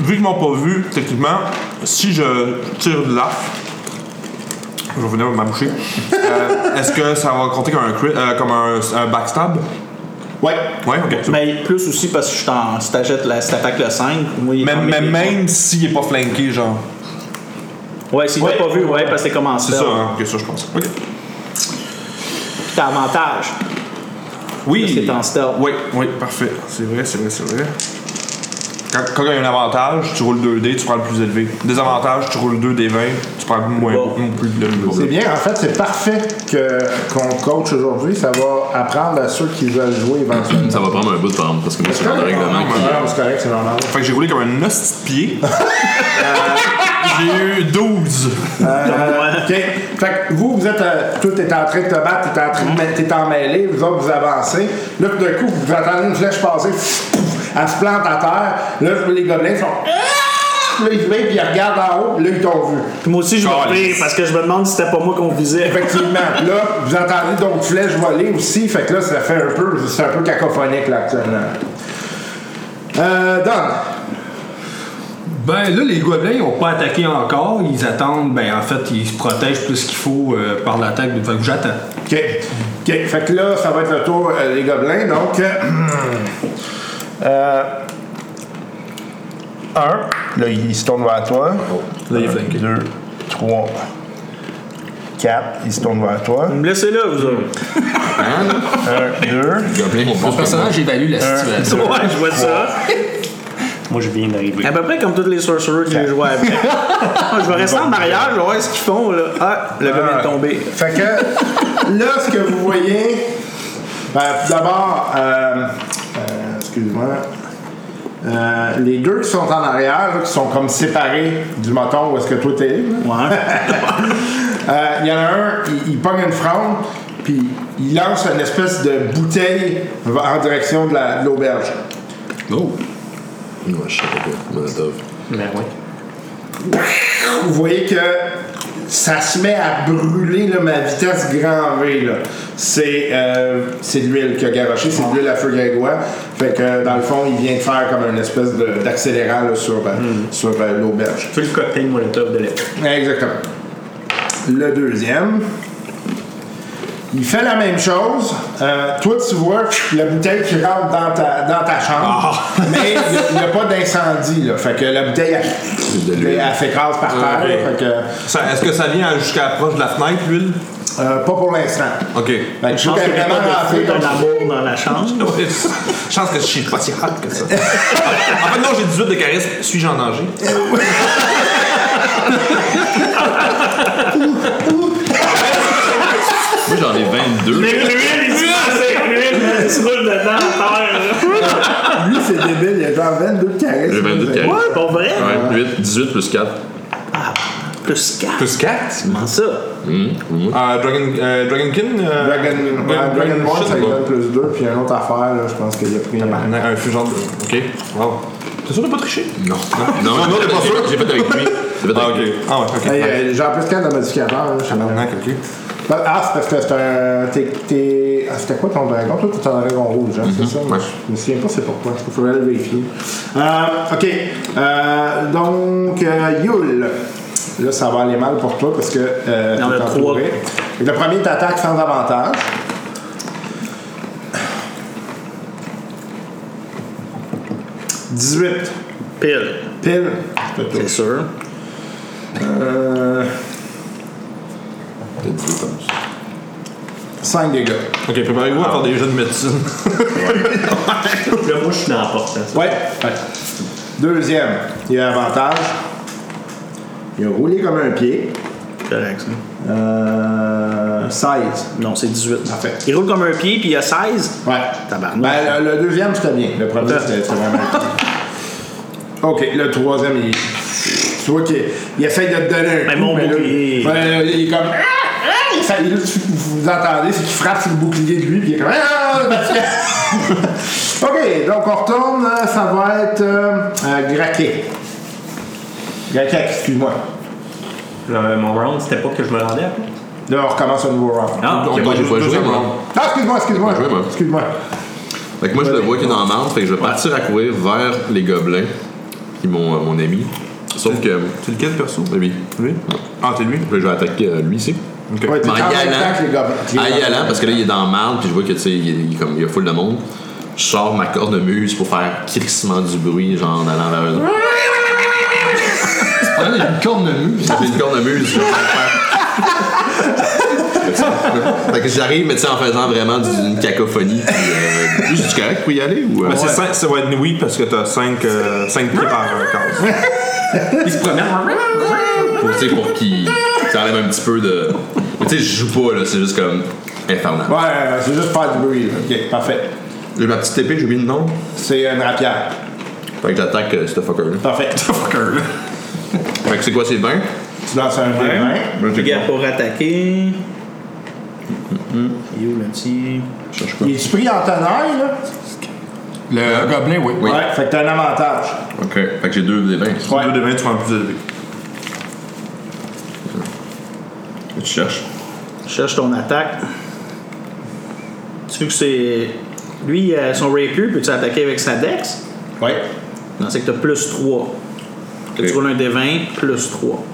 Vu qu'ils m'ont pas vu, techniquement, si je tire de l'arf, je vais venir m'aboucher. euh, Est-ce que ça va compter comme un, crit- euh, comme un, un backstab Ouais. Ouais, ok. c'est bon. Mais plus aussi parce que je t'en, si t'achètes la, si t'attaques le 5, moi, il est Mais, tombé mais des- même s'il est pas flanqué, genre. Ouais, s'il Ouais. t'a pas vu, ouais, parce que t'es commencé. C'est ça, hein? Ok, ça je pense. Ok. T'as avantage. Oui. Parce que t'es en stealth. Oui, oui, parfait. C'est vrai, c'est vrai, c'est vrai. Quand, quand il y a un avantage, tu roules 2D, tu prends le plus élevé. Désavantage, tu roules 2 des 20, tu prends le moins, Bon. le plus le plus C'est gros. bien. En fait, c'est parfait que, qu'on coach aujourd'hui. Ça va apprendre à ceux qui veulent jouer éventuellement. Ça va prendre un bout de temps parce que moi, c'est un règlement qui. Ouais, c'est correct, c'est normal. Fait que j'ai roulé comme un hostie de pied. Euh, j'ai eu 12. Euh, OK. Fait que vous, vous êtes. euh, toi, t'es en train de te battre, t'es en train de mettre- t'es emmêlé, vous autres, vous avancez. Là, tout d'un coup, vous entendez une flèche passer, pff, pff, elle se plante à terre. Là, les gobelins sont. Ah! Là, ils se lèvent, puis ils regardent en haut, puis là, ils t'ont vu. Puis moi aussi, je Calisse. me rire parce que je me demande si c'était pas moi qu'on visait. Effectivement, là, vous entendez d'autres flèches voler aussi, fait que là, ça fait un peu. C'est un peu cacophonique, là, actuellement. Euh, Don. Ben là, les gobelins, ils n'ont pas attaqué encore. Ils attendent, ben en fait, ils se protègent plus qu'il faut euh, par l'attaque. Fait que j'attends. OK. OK. Fait que là, ça va être le tour euh, des gobelins. Donc, euh, euh, un. Là, il se tourne vers toi. Là, il est Deux, trois, quatre. Il se tourne vers toi. Vous me laissez là, vous autres. Un, deux. Gobelin, mon Mon personnage évalue la situation. Ouais, je vois ça. Moi, je viens d'arriver. À peu près comme tous les sorcerers que j'ai joué avec. Moi, je vais rester en arrière, je vais voir ce qu'ils font, là. Ah, le gars vient de tomber. Fait que là, ce que vous voyez, ben, tout d'abord, euh, euh, excuse-moi, euh, les deux qui sont en arrière, là, qui sont comme séparés du moton où est-ce que toi t'es, là, Ouais. Euh, Il y en a un, il, il pogne une fronde, puis il lance une espèce de bouteille en direction de la- de l'auberge. Oh! Non, je sais pas quoi. Molotov. Mais oui. Vous voyez que ça se met à brûler là, ma vitesse grand V. là. C'est euh, c'est de l'huile qui a garoché, c'est de l'huile à feu grégoire. Fait que dans le fond, il vient de faire comme une espèce de- d'accélérant là, sur, euh, sur euh, l'auberge. Tu veux le cocktail Molotov de l'époque. Exactement. Le deuxième. Il fait la même chose. Euh, toi, tu vois la bouteille qui rentre dans ta, dans ta chambre. Mais il n'y a, pas d'incendie. là. Fait que la bouteille, elle, l'huile. elle s'écrase par terre. Ah, ok. là. Fait que- Ça- Est-ce que ça vient jusqu'à proche de la fenêtre, l'huile? Euh, pas pour l'instant. OK. Fait que Je faut pense qu'elle qu'il y a vraiment pas de rentrée feu comme d'un ça. amour dans la chambre. Ouais. Chance que je suis pas si hot que ça. en fait, non, j'ai 18 de charisme. Suis-je en danger? Moi, j'en ai 22. Mais l'huile, il se passe, l'huile, tu roules dedans, par terre. Lui, c'est débile. Il a genre 22 de charisme. J'ai 22 de charisme. Ouais, pour vrai? Ouais, 8, 18 plus 4. Plus 4. Plus 4? Comment ça? Euh, Dragon, euh, Dragonkin? euh, Dragon, ouais, Dragonborn, shit, ça lui quoi. donne plus 2, puis une autre affaire, là, je pense qu'il a pris. euh, Un, un genre de... OK. Wow. T'es sûr de pas tricher? Non. Non, non, t'es pas sûr? J'ai fait avec lui. J'ai fait Ah, avec OK. lui. Ah, ouais, OK. hey, euh, genre plus 4 de modificateur, là, je sais pas. Tabarnak, OK. Ben, Ah, c'est parce que c'est un. t'es- t'es- ah, C'était quoi ton dragon? Toi, t'es un dragon rouge, hein, c'est ça? ouais. Je me souviens pas c'est pourquoi. Il faudrait le vérifier. Euh, OK. Euh, donc, euh, Yule. Là, ça va aller mal pour toi parce que. Euh, Il y en t'es a trois. entouré. Fait que Le premier t'attaque sans avantage. « 18. Pile. Pile. C'est sûr. Euh, T'as 18 comme ça. 5 dégâts. OK, préparez-vous à faire des jeux de médecine. Là, moi, je suis dans la porte. hein. Ouais. Deuxième, il y a avantage. Il a roulé comme un pied. Correct, ça. Euh, 16. Non, c'est 18. Parfait. Il roule comme un pied, puis il a 16. Ouais. Tabarnak. Ben, le, le deuxième, c'était bien. Le premier, c'était c'était vraiment. OK, le troisième, il. Tu vois qu'il il essaie de te donner un Mais coup, mon là, bouclier. ben, là, il est comme. Ah! Ah! Ça- là, tu- vous entendez, c'est qu'il frappe sur le bouclier de lui, puis il est comme. Ah! Parce que- OK, donc on retourne, euh, ça va être. Euh, euh, Graquet. Graquet, excuse-moi. Euh, mon round, c'était pas que je me rendais après. Là, on recommence un nouveau round. Ah, Ok, ok. moi, j'ai pas hein. joué, moi. Ah, excuse-moi, excuse-moi. Pas joué, moi. Excuse-moi. Fait que moi, je le vois qui est dans la marde, fait que je vais partir à courir vers les gobelins, qui mon, euh, mon ami. Sauf que. C'est lequel, perso? Oui. Lui? Ah, c'est lui? Puis je vais attaquer euh, lui ici. OK. Ouais, t'es Mais en en y même temps que les gobelins. que les En y gobelins. allant, parce que là, il est dans le marde, puis je vois que, tu sais, il, est- il est comme- il y a full de monde. Je sors ma cornemuse pour faire crissement du bruit, genre en allant vers eux. autres. Ah, il y a une corne de mue. Ça fait une cornemuse, je vais faire. fait que j'arrive, mais tu sais, en faisant vraiment du- une cacophonie. Puis, euh, lui, je suis correct pour y aller ou. euh? Ben, Mais c'est cinq- ça va être oui parce que t'as 5 pieds par euh, case. Il se promène. pour, tu sais, pour qu'il s'enlève un petit peu de. Mais tu sais, je joue pas, là, c'est juste comme infernal. Ouais, ouais, ouais, c'est juste faire du bruit. là. Ok, parfait. J'ai ma petite épée, j'ai oublié le nom. C'est une rapière. Fait que j'attaque euh, ce fucker-là. Parfait. Fait que c'est quoi, c'est 20? tu lances un dé Ben, vingt. Le gars pour attaquer. Il est où le petit? Je cherche pas. Il est-tu pris en tonnerre, là? Le gobelin, oui. Oui. Ouais, fait que t'as un avantage. Ok. Fait que j'ai 2 des 20. Ouais. 2 de 20, tu prends plus élevé. Tu cherches. Cherche ton attaque. Tu veux que c'est. Lui, il a son rapier, peux-tu attaquer avec sa dex? Ouais. Non, c'est que t'as plus 3. Que Ok. tu roules un des 20, plus 3.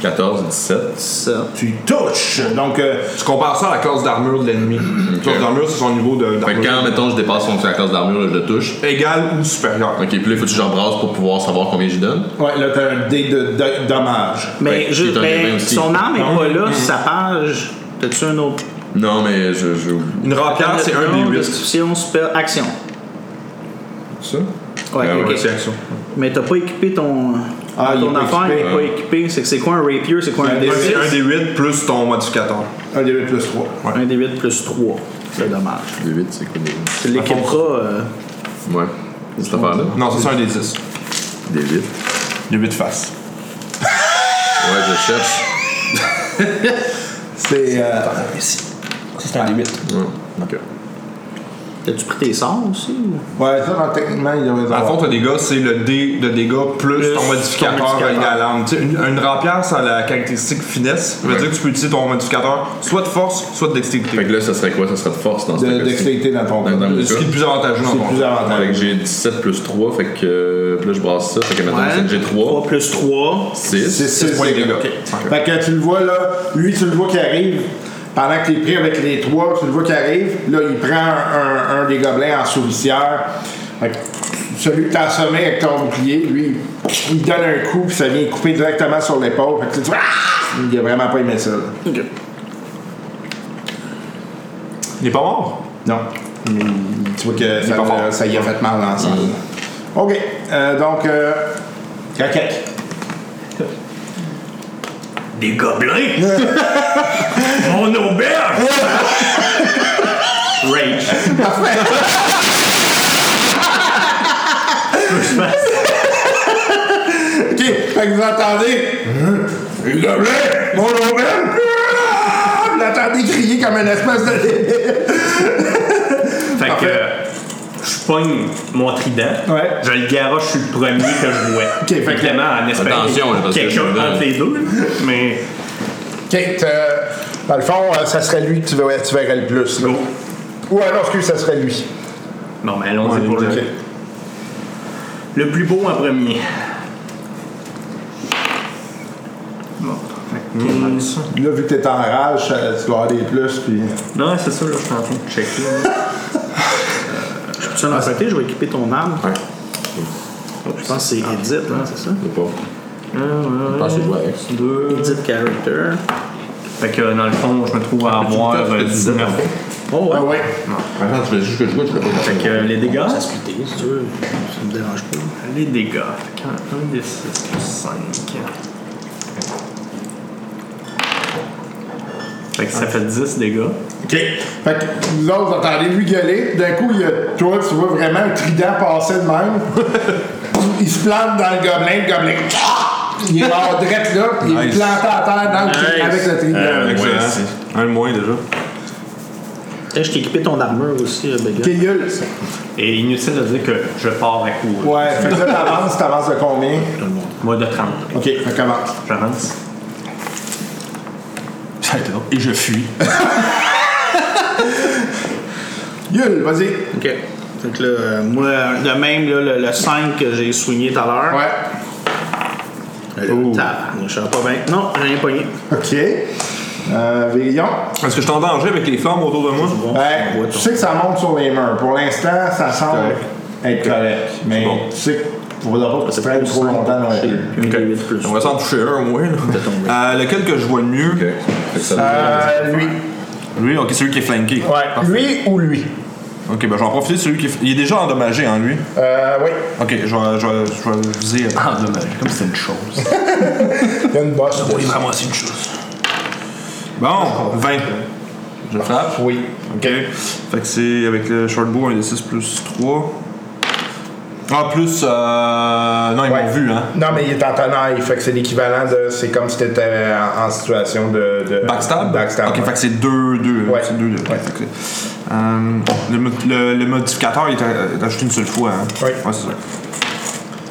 14, 17. Ça. Tu touches. Donc, euh, Tu compares ça à la classe d'armure de l'ennemi. La classe d'armure, c'est son niveau de- Fait que quand, d'armure. mettons, je dépasse son sa classe d'armure, là, je le touche. Égal ou supérieur. Ok, puis là, il faut que je brasse pour pouvoir savoir combien j'y donne. ouais, là, t'as un dé de, de- dommage. Mais, Ouais, juste, c'est un mais des 20 aussi. Ben, son arme est pas là, sa page. T'as-tu un autre? Non, mais je. je... Une rapière, c'est un des Non, 8. Constitution, spell, action. Ça? Ouais, Ah, ok. ouais, c'est action. Mais t'as pas équipé ton. Ah, il est ton pas affaire, équipé. il est pas équipé. C'est que c'est quoi un rapier? C'est quoi un D6? Un des- un des 8 plus ton modificateur. Un dé de plus 3. Un D8 plus 3. C'est dommage. Le 8, c'est quoi des- Tu Ah l'équiperas. euh, Ouais. C'est cette affaire-là. Non, ça, c'est un des 10. Des 8. Des 8 faces. Ouais, je cherche. C'est. euh, Ouais. Ok. T'as-tu pris tes sorts aussi? ou? ouais, ça, dans- techniquement, il devrait Dans le fond, avoir. ton dégât, c'est le dé de dégâts plus, ton modificateur modificateur. relié à l'arme. Tu sais, Une, une rapière, ça a la caractéristique finesse. Ça veut Ouais. dire que tu peux utiliser ton modificateur soit de force, soit de Fait dextérité. que là, ça serait quoi? Ça serait de force dans ce de cas-ci. Dextérité dans ton Dans- dans le Ce qui est cas. le plus avantageux dans C'est ton plus Fait que avantageux. j'ai 17 plus 3, fait que euh, puis là je brasse ça, fait que maintenant Ouais. j'ai 3 3, plus 3. 6. C'est 6 points de dégâts. Fait que tu le vois là, lui tu le vois qui arrive. Pendant que t'es pris avec les trois, tu le vois qui arrive. Là, il prend un, un- un des gobelins en souricière. Fait que celui que t'as assommé avec ton bouclier, lui, il donne un coup, puis ça vient couper directement sur l'épaule. Fait que tu dis, Ah! Il a vraiment pas aimé ça. là. Il est pas mort. Non. Mais tu vois que ça, pas fort. euh, ça y a fait mal l'ensemble. OK. Euh, donc, euh, Kakek. Des gobelins? Mon auberge! Rage. OK, fait que vous entendez. Il a blé, mon auberge. Ah! Vous l'entendez crier comme une espèce de Fait que je pogne mon trident, Ouais. je le garoche sur le premier que je vois. fait que- Évidemment, en espérant Attention, là, parce que quelque je chose me demande. entre les deux. là. Mais OK, t'as- dans le fond, euh, ça serait lui que tu verrais, tu verrais le plus. là. Go. Ou alors, excuse, ça serait lui. bon, mais allons-y pour OK. le, le plus beau en premier. Bon. Fait que, Mm. euh, ça. Là, vu que t'es en rage, ça- tu vas avoir des plus, puis. Non, c'est ça, là, je suis en train de checker. là. Je suis d'un côté, je vais équiper ton arme. Ah, Je pense que c'est Edit, hein, c'est ça? C'est pas. Je pense que c'est joué avec. Deux. Edit character. Fait que dans le fond, je me trouve à avoir tout à fait euh, 19. Oh, ouais. Ah ouais. Attends, tu voulais juste que je joue, tu l'as pas Fait que euh, les dégâts. Ça se cutait, si tu veux. Ça me dérange pas. Les dégâts. Fait qu'un 1 des 6 plus 5. Fait que ça fait 10 dégâts. OK. Fait que vous autres, vous entendez lui gueuler. puis D'un coup, il y a, toi, tu vois vraiment un trident passer de même. il se plante dans le gobelin. Le gobelin. Il est mort direct là. puis Il est Nice. planté à terre dans le tri- Nice. avec le trident. Euh, Excellent. merci. Un de moins déjà. Hey, je t'ai équipé ton armure aussi, euh, Béga. OK, il gueule. Et inutile de dire que je pars à courir. Ouais, fait que là, t'avances. T'avances de combien? Moi de 30. OK, fait commence. J'avance. Et je fuis. Gueule, vas-y. OK. Fait que là, euh, moi, de même, là, le, le 5 que j'ai soigné tout à l'heure. Ouais. Euh, tabarnak, Je ne pas bien. Non, j'ai rien pogné. OK. Euh, Vérillon. Est-ce que je suis en danger avec les flammes autour de moi? Ouais, tu sais que ça monte sur les murs. Pour l'instant, ça semble être correct. Mais Bon. tu sais qu'il ne faudra pas que tu prennes trop longtemps dans la rue. J'ai eu 8 plus. On va s'en toucher un au moins. là. Euh, lequel que je vois le mieux? Ok. Fait que ça Euh, lui. Lui, ok, celui qui est flanqué. Ouais. Lui ou lui? Ok, ben je vais en profiter de celui qui est... Il est déjà endommagé, hein, lui? Euh, oui. Ok, je vais, je vais, je vais viser... euh, Endommagé, comme c'est une chose. Il y a une bosse. Oui, Vraiment, c'est une chose. Bon, 20. Je frappe. Oui. Ok. Fait que c'est avec le short bow, un des 6 plus 3. Ah, plus... Euh... Non, ils Ouais. m'ont vu, hein. Non, mais il est en tenaille. Fait que c'est l'équivalent de. C'est comme si t'étais en, en situation de. de- Backstab? Backstab. Ok, ouais. fait que c'est 2 2. Ouais. C'est 2 2. Ouais. euh, le, mo- le, le modificateur il est a- ajouté une seule fois. Hein. Oui. Ouais, c'est ça.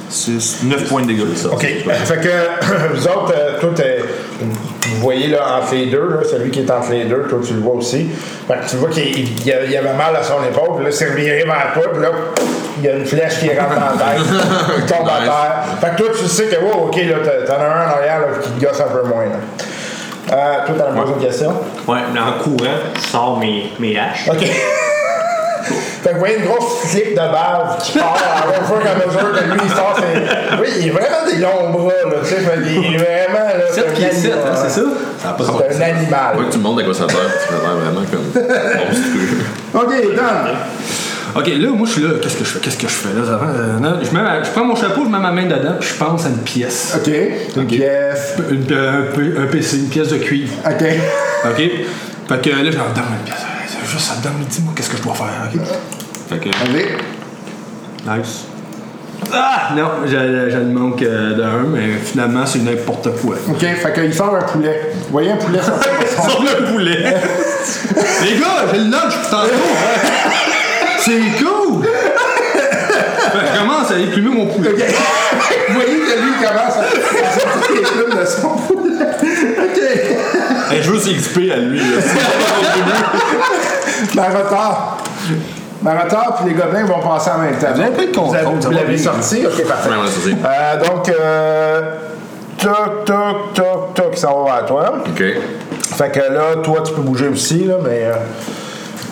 6, 9 points de dégâts. OK. Fait que vous autres, euh, toi, t'es- vous voyez là, entre les deux, là, celui qui est entre les deux, toi, tu le vois aussi. Fait que tu vois qu'il il- il avait mal à son épaule, puis là, c'est reviré vers toi, puis là, il y a une flèche qui rentre dans la tête, il tombe à terre. Fait que toi, tu sais que, wow, OK, là, t'as- t'en as un en arrière là, qui te gosse un peu moins. Là. Euh, toi, t'as posé une question? Ouais, mais en courant, je sors mes, mes haches. OK. fait que vous voyez une grosse clique de bave qui part à fur et à mesure que lui, il sort ses... Oui, il a vraiment des longs bras, là, tu sais, fait qu'il est vraiment... là, c'est un animal, hein. Ça a pas de bon C'est un sens. animal. Faut que tu me montres à quoi ça sert, tu l'air vraiment comme monstrueux. OK, Dan. ok, là, moi, je suis là. Qu'est-ce que je fais Qu'est-ce que je fais là avant, euh, non, je, mets ma- je prends mon chapeau, je mets ma main dedans, puis je pense à une pièce. OK. Une pièce. Une- un, P- un PC, une pièce de cuivre. OK. Ok Fait que là, je leur donne une pièce. C'est Juste, ça me donne, dis-moi qu'est-ce que je dois faire. ok? Fait que. Allez. Nice. Ah Non, je, je le manque euh, d'un, mais finalement, c'est n'importe quoi. OK, fait qu'il sort un poulet. Vous voyez un poulet sortir de son... Sors le poulet! Les gars, j'ai le lunch pour tantôt! hein. C'est cool! Fait que je commence à épimer mon poulet. OK. Vous voyez que lui commence à à sortir les plumes de son poulet. OK. Hey, Eh, je veux s'expliquer à lui. là. Marator. Marator puis les gobelins vont passer en même temps. Vous pas de vous avez- contrôle, ça vous va l'avez bien. sorti? OK, parfait. Ouais, on l'a sorti. Euh, donc, euh, toc, toc, toc, toc, ça va à toi. Ok. Fait que là, toi, tu peux bouger aussi, là, mais. euh,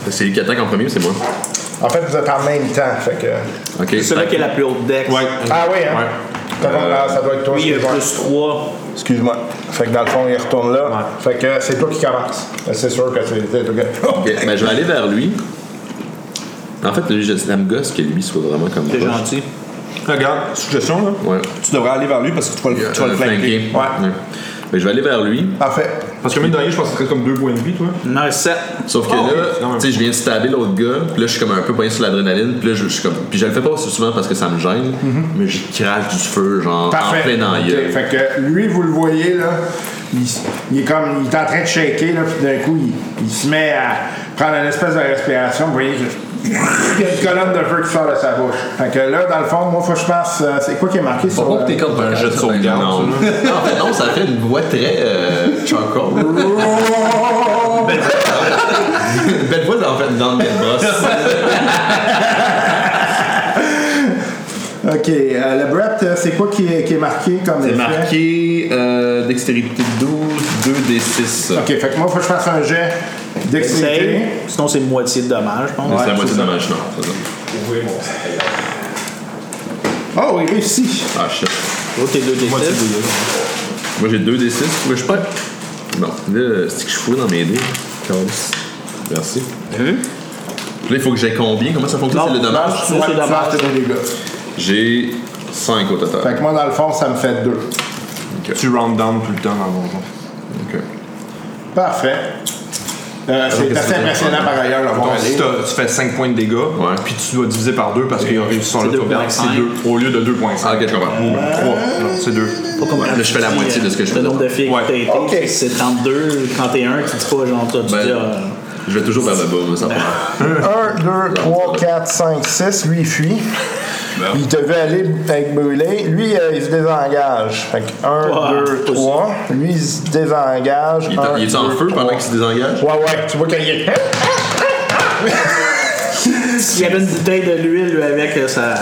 C'est lui qui attaque en premier ou c'est moi? en fait, vous êtes en même temps. Fait que. Ok. Ben, C'est celui fait- qui a la plus haute dex. Ouais. Ah oui, hein? T'as pas- ah, ça doit être toi, Lui, il a excuse-moi. plus 3. Excuse-moi. Fait que dans le fond, il retourne là. Fait que c'est toi qui commence. C'est sûr que c'est c'est toi qui- Ok, ben, je vais aller vers lui. En fait, lui, je- ça me gosse que lui soit vraiment comme T'es proche. gentil. Regarde, suggestion, là. Ouais. Tu devrais aller vers lui parce que tu vas le, tu vas le flanquer. Ouais. Ben, je vais aller vers lui. Parfait. Parce que, mine de rien, je pense que ce serait comme deux points de vie, toi. Non, 7. Sauf que Ah, là, ok, c'est quand même tu sais, je viens de stabber l'autre gars, puis là, je suis comme un peu poigné sur l'adrénaline, puis là, je, je suis comme. Puis je le fais pas aussi souvent parce que ça me gêne, mais je crache du feu, genre, en Mhm. Parfait. plein dans la Ok, gueule. Fait que lui, vous le voyez, là, il, s- il est comme, il est en train de shaker, là, puis d'un coup, il, il se met à prendre une espèce de respiration. Vous voyez que- il y a une colonne de feu qui sort de sa bouche. Fait que là, dans le fond, moi, faut que je pense, euh, c'est quoi qui est marqué sur Pas le- que t'es comme Un jeu de sauvegarde. Non. non, en fait, non, ça fait une voix très euh, charcoal. Une belle voix, en fait, dans le boss. Ok, euh, le Brett, euh, c'est quoi qui est, qui est marqué comme C'est effet? marqué euh, dextérité 12, 2d6. Ok, fait que moi, faut que je fasse un jet d'excellité. Sinon, c'est moitié de dommage, je pense. c'est la moitié de dommage, non. c'est ça. Oh, il réussit. Ah, shit. Toi, t'es 2 des 6. Moi, j'ai 2d6. Pourquoi je pas. Bon, là, c'est que je suis fou dans mes dés. Calisse. Merci. Puis Là, il faut que j'ai combien Comment ça fonctionne Non, C'est le dommage non, c'est dommage. c'est des dégâts. J'ai 5 au total. Fait que moi, dans le fond, ça me fait deux. Tu round down tout le temps dans mon temps. Ok. Parfait. Euh, qu'est-ce c'est que assez c'est? impressionnant par ailleurs, le voir Donc, si aller. t'as- tu fais 5 points de dégâts, Ouais. puis tu dois diviser par 2 parce qu'il a réussi son C'est autre 2.5. C'est deux, au lieu de 2.5. Ah, ok, je comprends. Ou 3. Non, c'est 2. Ouais, là, je fais la moitié de ce que euh, je fais. euh, Le nombre de filles Ouais. que t'as été, Ok. c'est 32, 31, tu dis pas, genre, toi, tu Ben, dis. ah, Je vais toujours vers le bas, moi, ça va. 1, 2, 3, 4, 5, 6. Lui, il fuit. Il devait aller avec Brûlé. Lui, euh, il se désengage. Fait que 1, Ouais, 2, c'est 3. Lui, il se désengage. Il est en- Un, Il est en deux, feu pendant qu'il se désengage Ouais, ouais, tu vois qu'il est. Il y avait une bouteille de l'huile lui, avec euh, ça.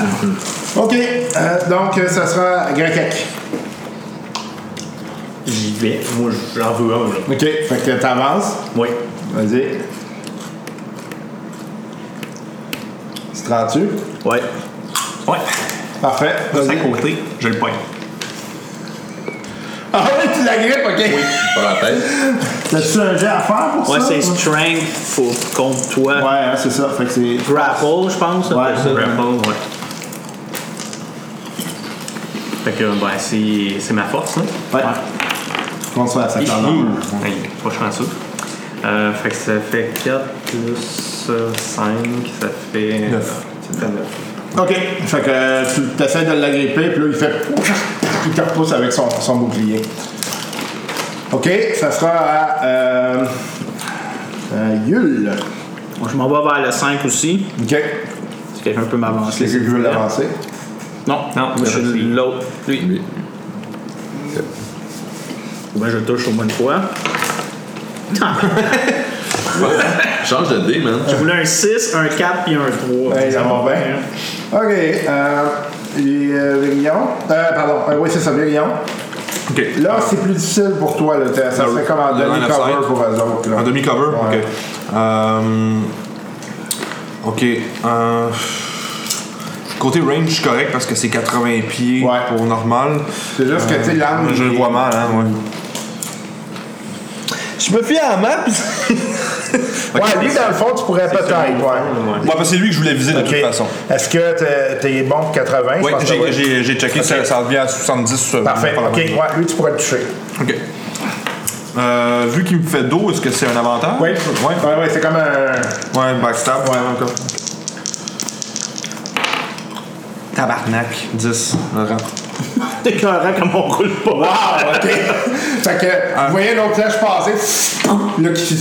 OK. euh, donc, euh, ça sera Grekek. J'y vais. Moi, j'en veux un, là. OK. Fait que t'avances. Oui. Vas-y. Tu te rends-tu? Ouais. Ouais. Parfait. C'est à Vas-y. côté, je le poigne. Ah ouais, tu la grippes, OK. par la tête. T'as-tu un jet à faire pour Ouais, ça? c'est strength faut, contre toi. Ouais, hein, c'est ça. Fait que c'est. Grapple, je pense. ça Ouais, fait ça. Grapple, ouais. Fait que, ben, c'est c'est ma force, hein. là. Ouais. Qu'on soit à sa Il tendance. est pas chanceux. Euh, fait que ça fait 4 plus 5, ça fait. 9. Ça fait 9. OK. Fait que euh, tu essaies de l'agripper, puis là, il fait. Il te repousse avec son, son bouclier. OK. Ça sera à. Euh, euh, Yul. Bon, je m'en vais vers le 5 aussi. OK. Si quelqu'un peut m'avancer. C'est que je veux l'avancer. Non, non, moi je suis l'autre. Lui. Lui. Ben, je le touche au moins une fois. Change de dé, man. Je voulais un 6, un 4 puis un 3. Ouais, ça va hein. bien. OK. Euh, et euh, Virillon. Euh, pardon. Euh, oui, c'est ça, Virillon. Ok. Là, c'est plus difficile pour toi. Là. T'as- Ça Le- serait comme en le line of demi-cover sight. pour eux autres. là. Un demi-cover? Ouais. Ok. Euh, ok. euh, côté range, je suis correct parce que c'est 80 pieds Ouais. pour normal. C'est juste que, tu sais, l'arme. Euh, Je le vois mal, hein, ouais. Je me fie à la map. ouais, lui, dans le fond, tu pourrais peut-être. Ouais. Ouais, parce que c'est lui que je voulais viser de Ok. toute façon. Est-ce que t'es- t'es bon pour 80? Je Ouais, pense que j'ai- oui. j'ai j'ai checké, ça, ça revient à 70. euh, Parfait. par la Ok, même. ouais, lui, tu pourrais le toucher. Ok. Euh, vu qu'il me fait dos, est-ce que c'est un avantage? Oui, Ouais, ouais, ouais, c'est comme un. ouais backstab. Ouais, encore. Tabarnak, 10. Laurent. T'es écœurant comme on roule pas. Wow, ok. fait que, vous voyez l'autre flèche passer, là, qui.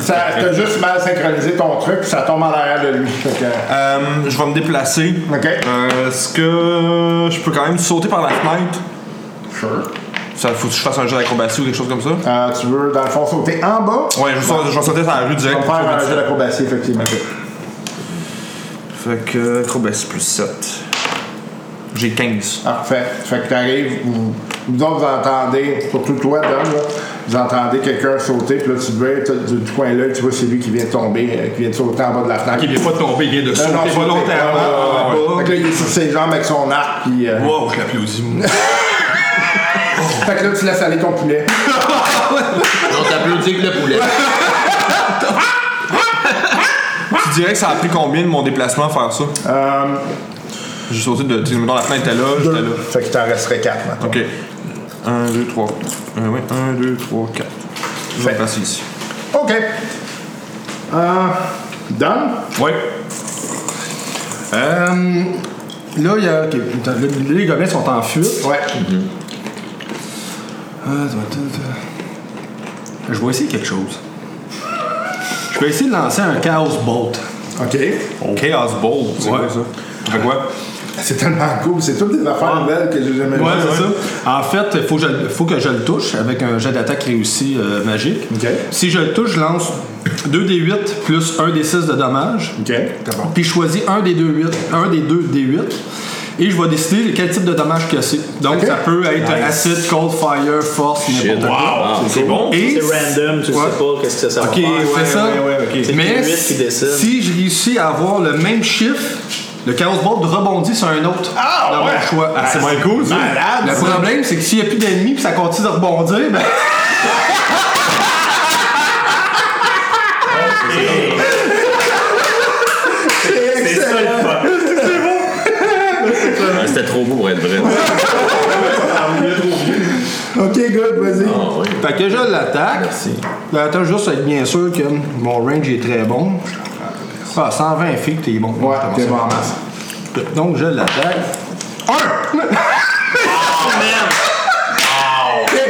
Ça, t'as juste mal synchronisé ton truc, puis ça tombe en arrière de lui. Fait que, Euh, je vais me déplacer. Ok. Euh, Est-ce que je peux quand même sauter par la fenêtre? Ça faut que je fasse un jeu d'acrobatie ou quelque chose comme ça? euh, tu veux, dans le fond, sauter en bas? Ouais, je vais, sauter- je vais sauter dans la On rue direct. va faire un jeu d'acrobatie, effectivement. Fait que euh, acrobatie plus 7. J'ai 15. Ah, Parfait. Fait que t'arrives, vous, vous autres vous entendez, surtout toi, Dom, là, vous entendez quelqu'un sauter, puis là, tu te veux, t'as- du, du coin de l'œil, tu vois, c'est lui qui vient de tomber, euh, qui vient de sauter en bas de la fenêtre. Qui vient pas de tomber, il vient de Non, non, sauter sauter. volontairement. Ah, Ouais, ouais, ouais, en bas. Fait que là, il est sur ses jambes avec son arc, puis. euh, Wow, je l'applaudis. moi. Fait que là, tu laisses aller ton poulet. On t'applaudit avec le poulet. tu dirais que ça a pris combien de mon déplacement à faire ça? Euh, J'ai sauté de. Tu sais, mettons, la fenêtre était là, j'étais là. fait qu'il t'en resterait quatre, maintenant. Ok. 1, 2, 3. oui, 1, 2, 3, 4. Je vais passer ici. OK. Euh, Dan? Ouais. Euh, là, il y a. ok, putain, le- les gobelins sont en fuite. Ouais. Ah, attends, attends, attends. Je vais essayer quelque chose. Je vais essayer de lancer un Chaos Bolt. OK. Chaos Bolt, c'est Ouais. quoi ça? Fait quoi? C'est tellement cool. C'est toutes des affaires nouvelles que j'ai jamais vues. Ouais, c'est ça. En fait, il faut, que je- faut que je le touche avec un jet d'attaque réussi euh, magique. Ok. Si je le touche, je lance 2d8 plus 1d6 de dommages. OK. C'est bon. Puis je choisis un des deux 8, un des deux D8 et je vais décider quel type de dommage que c'est. Donc Ok. ça peut être acid, cold fire, force, n'importe quoi. Ah, C'est bon? Et C'est random, tu Ouais. sais pas qu'est-ce que ça va Ok, faire. c'est ça. C'est le Mais D8 qui décide. si je réussis à avoir le même chiffre, le chaos bolt rebondit sur un autre. Ah, Le ouais. même choix. Ah, c'est bien cool, ça. Malade, Le ça. problème, c'est que s'il n'y a plus d'ennemis puis ça continue de rebondir, ben. C'est ça le fun. Ah, C'était trop beau pour être vrai. OK, good, vas-y. Ah, oui. Fait que je l'attaque. Là, Ben, Attends juste être bien sûr que mon range est très bon. Ah, 120 feet, t'es bon. Ouais, Je t'es commence bon en masse. à- Donc je l'attaque.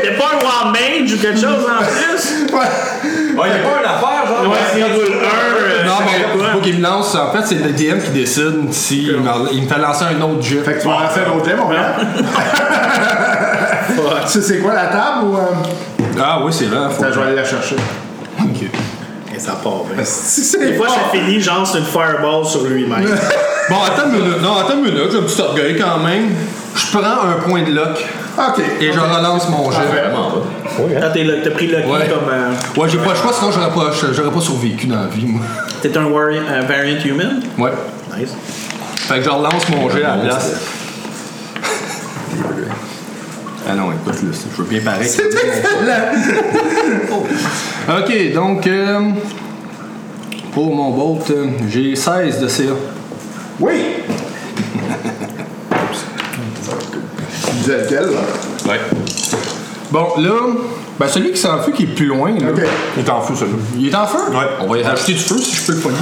T'es pas un Wild Mage ou quelque chose en plus? Ouais, y'a pas une affaire, genre? Ouais, s'il roule un. Non, mais quoi. faut qu'il me lance. En fait, c'est le DM qui décide si il me, il me fait lancer un autre jet. Fait que tu vas lancer un autre jet, mon gars. Tu sais, c'est quoi la table ou. euh, Ah oui, c'est vrai. Faut... Attends, je vais aller la chercher. Et ça part bien. Si c'est Des fois, ça fort. finit, genre, c'est une fireball sur lui-même. Bon, attends une minute. Non, attends une minute. J'ai un petit orgueil quand même. Je prends un point de lock OK. et je relance mon jet. Vraiment pas. Quand t'es le- t'as pris le Ouais. comme. euh, Ouais, j'ai pas le choix, sinon j'aurais pas, j'aurais pas survécu dans la vie, moi. T'es un warri- un variant human? Ouais. Nice. Fait que je relance mon jet à la place. Ah non, écoute, là, je veux bien pareil. C'est excellent! ok, donc, euh, pour mon bolt, euh, j'ai 16 de CA. Oui! Vous êtes quel, là? Ouais. Bon, là, ben celui qui s'enfuit qui est plus loin, là, OK. Il t'en fout, celui-là. il est en feu? Ouais. On va y rajouter du feu si je peux le poigner.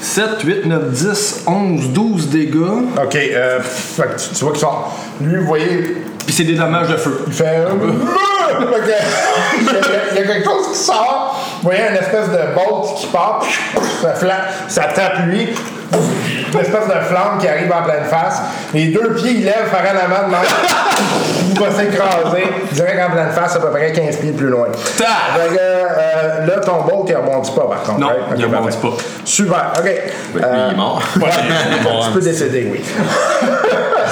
7, 8, 9, 10, 11, 12 dégâts. OK, euh, fait que tu, tu vois qu'il sort. Lui, vous voyez, Puis c'est des dommages de feu. il fait. un- Fait que- il, y a, il y a quelque chose qui sort. Vous voyez une espèce de bolt qui part, ça, fla- ça tape lui. Une espèce de flamme qui arrive en pleine face. Les deux pieds, il lève par en avant de même. Il va s'écraser direct en pleine face, à peu près 15 pieds plus loin. Ta- Fait que, euh, là, ton bolt, il rebondit pas, par contre. Non, right? il Ok, rebondit parfait. pas. Super, OK. Fait Euh, que lui, il est mort. Tu peux décéder, oui.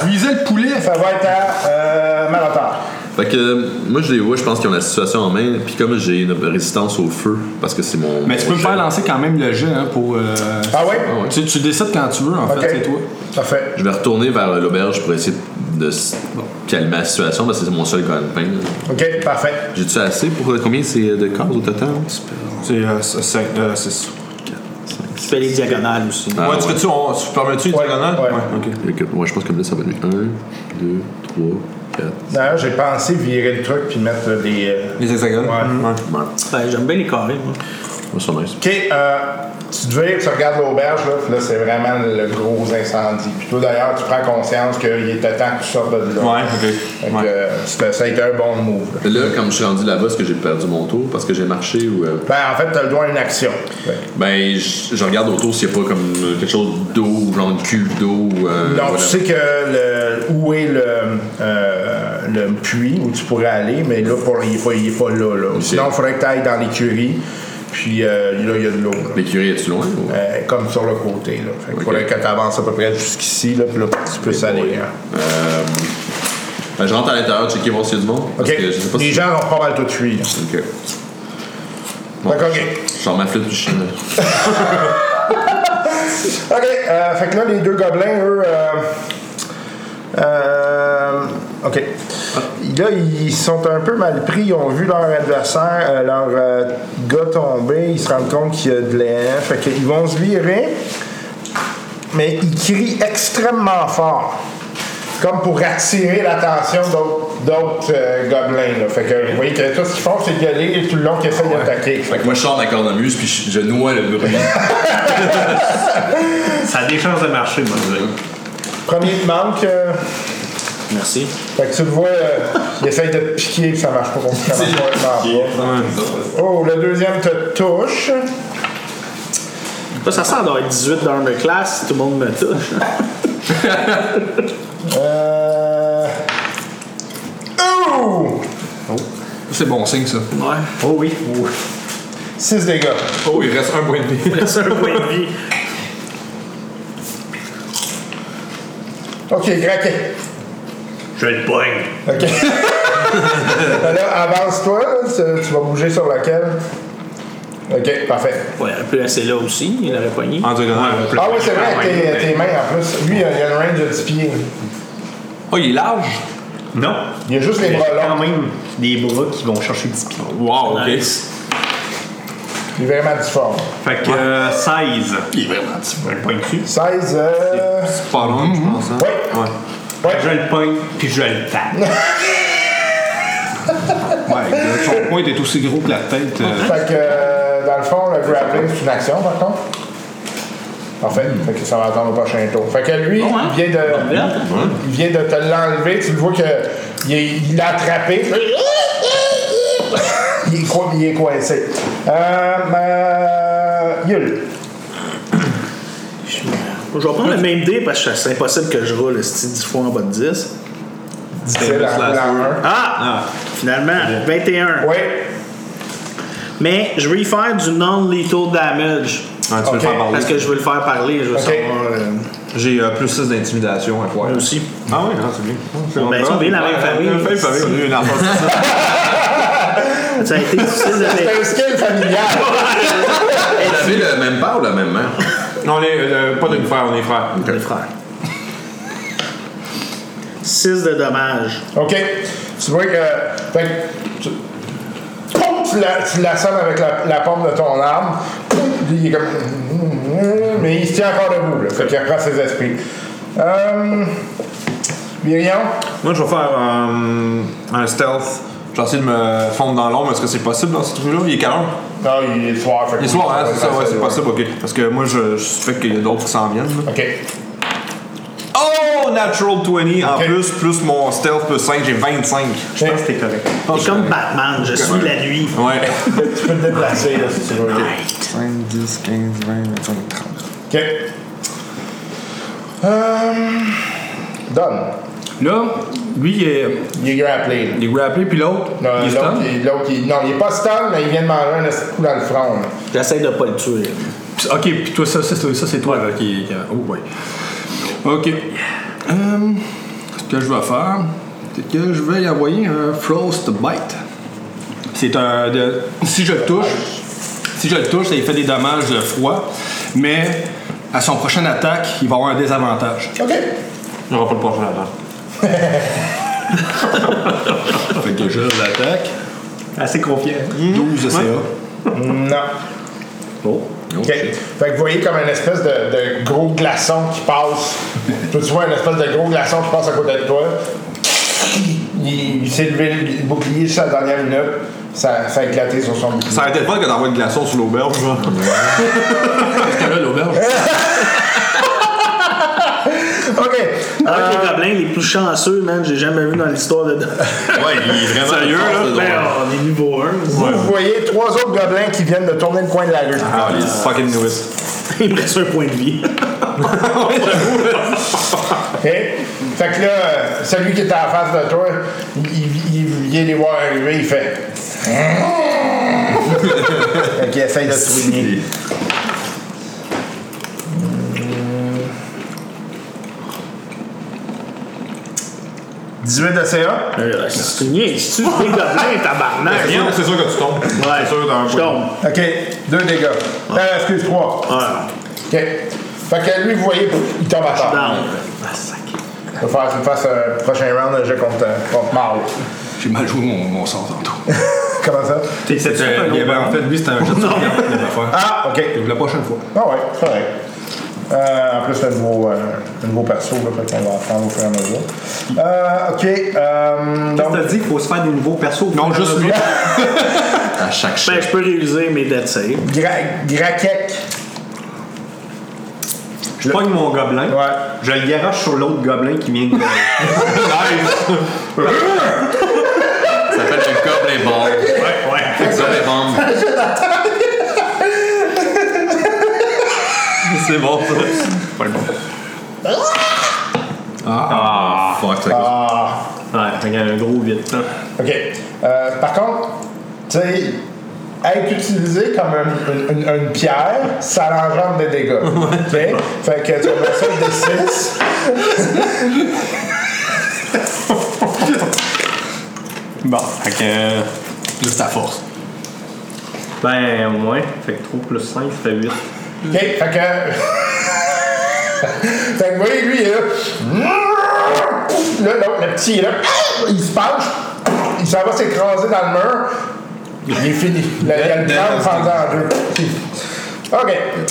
Je visais le poulet. Ça va être à euh, Minotaur. Fait que euh, moi, je les vois, je pense qu'ils ont la situation en main. Puis comme j'ai une résistance au feu, parce que c'est mon. Mais tu mon peux me jet. faire lancer quand même le jet hein, pour. euh, Ah oui? tu, tu décides quand tu veux, en Ok. fait, c'est toi. Parfait. Je vais retourner vers euh, l'auberge pour essayer de s- calmer la situation parce que c'est mon seul gagne-pain. là. OK, parfait. J'ai-tu assez pour euh, combien c'est de cases au total? C'est euh, c'est- c'est- euh, c'est ça. Tu fais les diagonales aussi. Ah, ouais, tu fais-tu, on- tu permets-tu une Ouais, diagonale? ouais. ok. Fait que, ouais, je pense que comme là, ça va être 1, 2, 3, 4. D'ailleurs, j'ai pensé virer le truc puis mettre euh, les. euh, Les hexagones? Ouais. Ouais. Ouais, Ben, J'aime bien les carrés, moi. Ouais, c'est nice. OK, euh, tu te vires, tu regardes l'auberge, là, puis là, c'est vraiment le gros incendie. Puis toi, d'ailleurs, tu prends conscience qu'il était temps que tu sortes de là. Ouais, ok. Fait que, Ouais. euh, c'était- ça a été un bon move. là. Là, comme je suis rendu là-bas, est-ce que j'ai perdu mon tour parce que j'ai marché ou. euh, Ben, en fait, t'as le droit à une action. Ouais. Ben, je, je regarde autour s'il n'y a pas comme euh, quelque chose d'eau, genre une cuve d'eau. Euh, Donc, voilà. tu sais que le- où est le, euh, le puits où tu pourrais aller, mais là, pour, il n'est pas, il est pas là. là. Sinon, il faudrait que tu ailles dans l'écurie, puis euh, là, il y a de l'eau. là. L'écurie est-tu loin? ou- Euh, comme sur le côté. Là. Fait qu'il Ok. faudrait que tu avances à peu près jusqu'ici, là, puis là, tu peux aller. hein. Euh, Euh, je rentre à l'intérieur, checker voir s'il y a du monde. Parce Ok. que je sais pas Les si. gens ont pas mal tout fui. là. Ok. Bon, Fait que, ok. Je sors ma flûte puis je OK, euh, fait que là, les deux gobelins, eux. euh, euh, OK. Là, ils sont un peu mal pris. Ils ont vu leur adversaire, euh, leur euh, gars tomber. Ils se rendent compte qu'il y a de l'air. Fait qu'ils vont se virer. Mais ils crient extrêmement fort. Comme pour attirer l'attention d'autres- d'autres euh, gobelins. là. Fait que vous voyez que tout ce qu'ils font, c'est gueuler tout le long qu'ils essayent d'attaquer. Fait que moi, je sors ma cornemuse puis je, je noie le bruit. Ça a des chances de marcher, moi, je dirais. Premier te manque. euh, Merci. Fait que tu le vois, euh, il essaye de te piquer, puis ça marche pas contre ça marche pas, ça marche pas. Oh, le deuxième te touche. Là, ça sent d'avoir 18 dans de classe si tout le monde me touche. Euh... Oh! C'est bon signe, ça. Ouais. Oh oui. Oh. 6 dégâts. Oh, il reste un point de vie. C'est un point de vie. Ok, craqué. Je le pogne. Ok. Ben là, avance-toi, là, tu tu vas bouger sur laquelle. Ok, parfait. Ouais, un peu assez là aussi, il aurait pogné. En diagonale. Ah oui, c'est vrai, avec tes, tes mains en plus. Lui, il a il a une range de 10 pieds. oh, il est large! Non. Il a juste Il les y bras a quand longs. même des bras qui vont chercher 10 pieds. Wow, ok. Il est vraiment du fort. Fait que euh, 16. Il est vraiment petit. Je le pogne dessus. 16. Euh... C'est pas loin, je pense. hein. Oui. Ouais. Je le pogne, puis je le tape. Ouais, le- son point est aussi gros que la tête. euh, Fait que, euh, dans le fond, le grappling, c'est une action, par contre. Parfait. Fait que ça va attendre au prochain tour. Fait que lui, Bon, hein? il vient de... Bon, bien. Il vient de te l'enlever. Tu le vois que... Il est- il l'a attrapé. Il est, coin- il est coincé. Euh... euh, Yul. Je vais prendre le même dé parce que c'est impossible que je roule style 10 fois en bas de 10. C'est la la un. Ah! Finalement, 21. Oui. Mais je vais y faire du non-lethal damage. Ah, tu veux le Ok. faire parler. Parce que je veux le faire parler, je veux Ok. savoir. euh, J'ai euh, plus 6 d'intimidation à quoi. moi aussi. Ah oui, non, c'est bien. C'est Ben, bon. tu vis la Ouais, même famille. La même famille, on a eu une enfance. Ça a été difficile de C'est un skill familial. Vous avez le euh, même père ou la même mère? Non, on est euh, pas de frère, on est frères. Les frères. 6 de dommages. OK. Tu vois que. fait que tu, Poum! tu la, tu l'assommes avec la, la pomme de ton arme. Poum! Il est comme. Mais il se tient encore debout, là. Fait qu'il reprend ses esprits. Euh. Myriam? Moi, je vais faire euh, un stealth. Je vais essayer de me fondre dans l'ombre. Est-ce que c'est possible dans ce truc-là Il est calme. Non, il est soir. Fait que Il est oui, soir, hein, ça c'est va ça, être ouais, c'est facile, possible, ok. Parce que moi, je, je suspecte qu'il y a d'autres qui s'en viennent. là. OK. Oh, natural 20 en Ok. plus, plus mon stealth plus 5, j'ai 25. Je pense que t'es correct. C'est comme Batman, je suis la nuit. Ouais. Tu peux te déplacer, là, si tu veux. OK. 5, 10, 15, 20, 25, 30. OK. Euh. Donne. Là, lui, il est, Il est grapplé, là. il est grapplé, puis l'autre, Non, il est l'autre, stun. il- l'autre, il- non, il est pas stun, mais il vient de manger un esti de coup dans le front. là. J'essaie de pas le tuer. Puis- Ok, puis toi, ça, ça, c'est- ça, c'est toi là, qui, qui- Oh, ouais. Ok. Euh, ce que je vais faire, c'est que je vais y envoyer un Frost Bite. C'est un. de- si je le touche, si je le touche, ça lui fait des dommages de froid, mais à son prochaine attaque, il va avoir un désavantage. OK. Il n'y aura pas le prochain là Fait que je l'attaque. Assez confiant. Mmh. 12 de CA. Non. Oh, OK. Fait que vous voyez comme une espèce de, de gros glaçon qui passe. Toi, tu vois une espèce de gros glaçon qui passe à côté de toi. Il, il s'est levé le bouclier sur la dernière minute. Ça, ça a éclaté sur son bouclier. Ça aurait été pas que d'envoyer de glaçon sur l'auberge. là. Parce que là, l'auberge. OK. Alors que Ah, les gobelins les plus chanceux, man, j'ai jamais vu dans l'histoire de. ouais, Ouais, il est vraiment. Sérieux, fort, là? ce ben, drôle. on est niveau 1. Vous voyez trois autres gobelins qui viennent de tourner le coin de la rue. Ah, les fucking newest. Il me reste un point de vie. OK? Fait que là, euh, celui qui est en face de toi, il, il- il vient les voir arriver, il fait. fait qu'il essaye de te soigner. 18 de CA. C'est une si tu des gobelins, tabarnak. C'est sûr- C'est sûr que tu tombes. Ouais, C'est sûr dans un je point. tombe. OK, deux dégâts. Euh, excuse, trois. OK. Fait que lui, vous voyez, pff, il tombe à terre. Down. Il va faire, il va faire euh, prochain round, un jeu contre, contre Marl. J'ai mal joué mon, mon sort tantôt. Comment ça? C'était un il y avait- En fait, lui, c'était un jeu de sauvegarde qu'il devait faire. Ah, OK. Donc, La prochaine fois. Ah ouais, c'est correct. Euh, en plus, c'est un nouveau, euh, un nouveau perso, là, fait qu'on va apprendre au fur et à mesure. Euh, OK, euh, donc... T'as dit qu'il faut se faire des nouveaux persos. Non, juste lui. À chaque Ben, chef. je peux réaliser mes dead save. Gra- Grakek. Je pogne mon gobelin. Ouais. Je le garoche sur l'autre gobelin qui vient de. Ça s'appelle le Goblin Bomb. Ouais, ouais. Goblin Bomb. C'est bon, ça. Pas le bon. Ah, fuck, ça gosse. Ah, Ouais, fait qu'il y a un gros vide. OK. Euh, par contre, tu sais, être utilisé comme un- une, une- une pierre, ça l'engendre des dégâts. OK? Fait que tu vas ça des 6. Bon, fait que. Juste à force. Ben, au moins. Fait que 3 plus 5, ça fait 8. OK? Fait que... fait que, vous voyez, lui, il est là... Là, l'autre, le petit, il est là... Il se penche. Il s'en va s'écraser dans le mur. Il est fini. La, il y a le crâne fendu en deux. OK.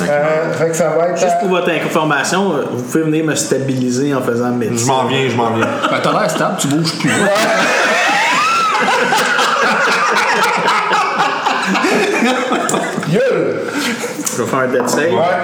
Euh, fait que ça va être... Juste à- pour votre information, euh, vous pouvez venir me stabiliser en faisant Je médecine. m'en viens, je m'en viens. Ben, t'as l'air stable, tu bouges plus. euh, Gueule! Je vais faire un dead save. Ouais.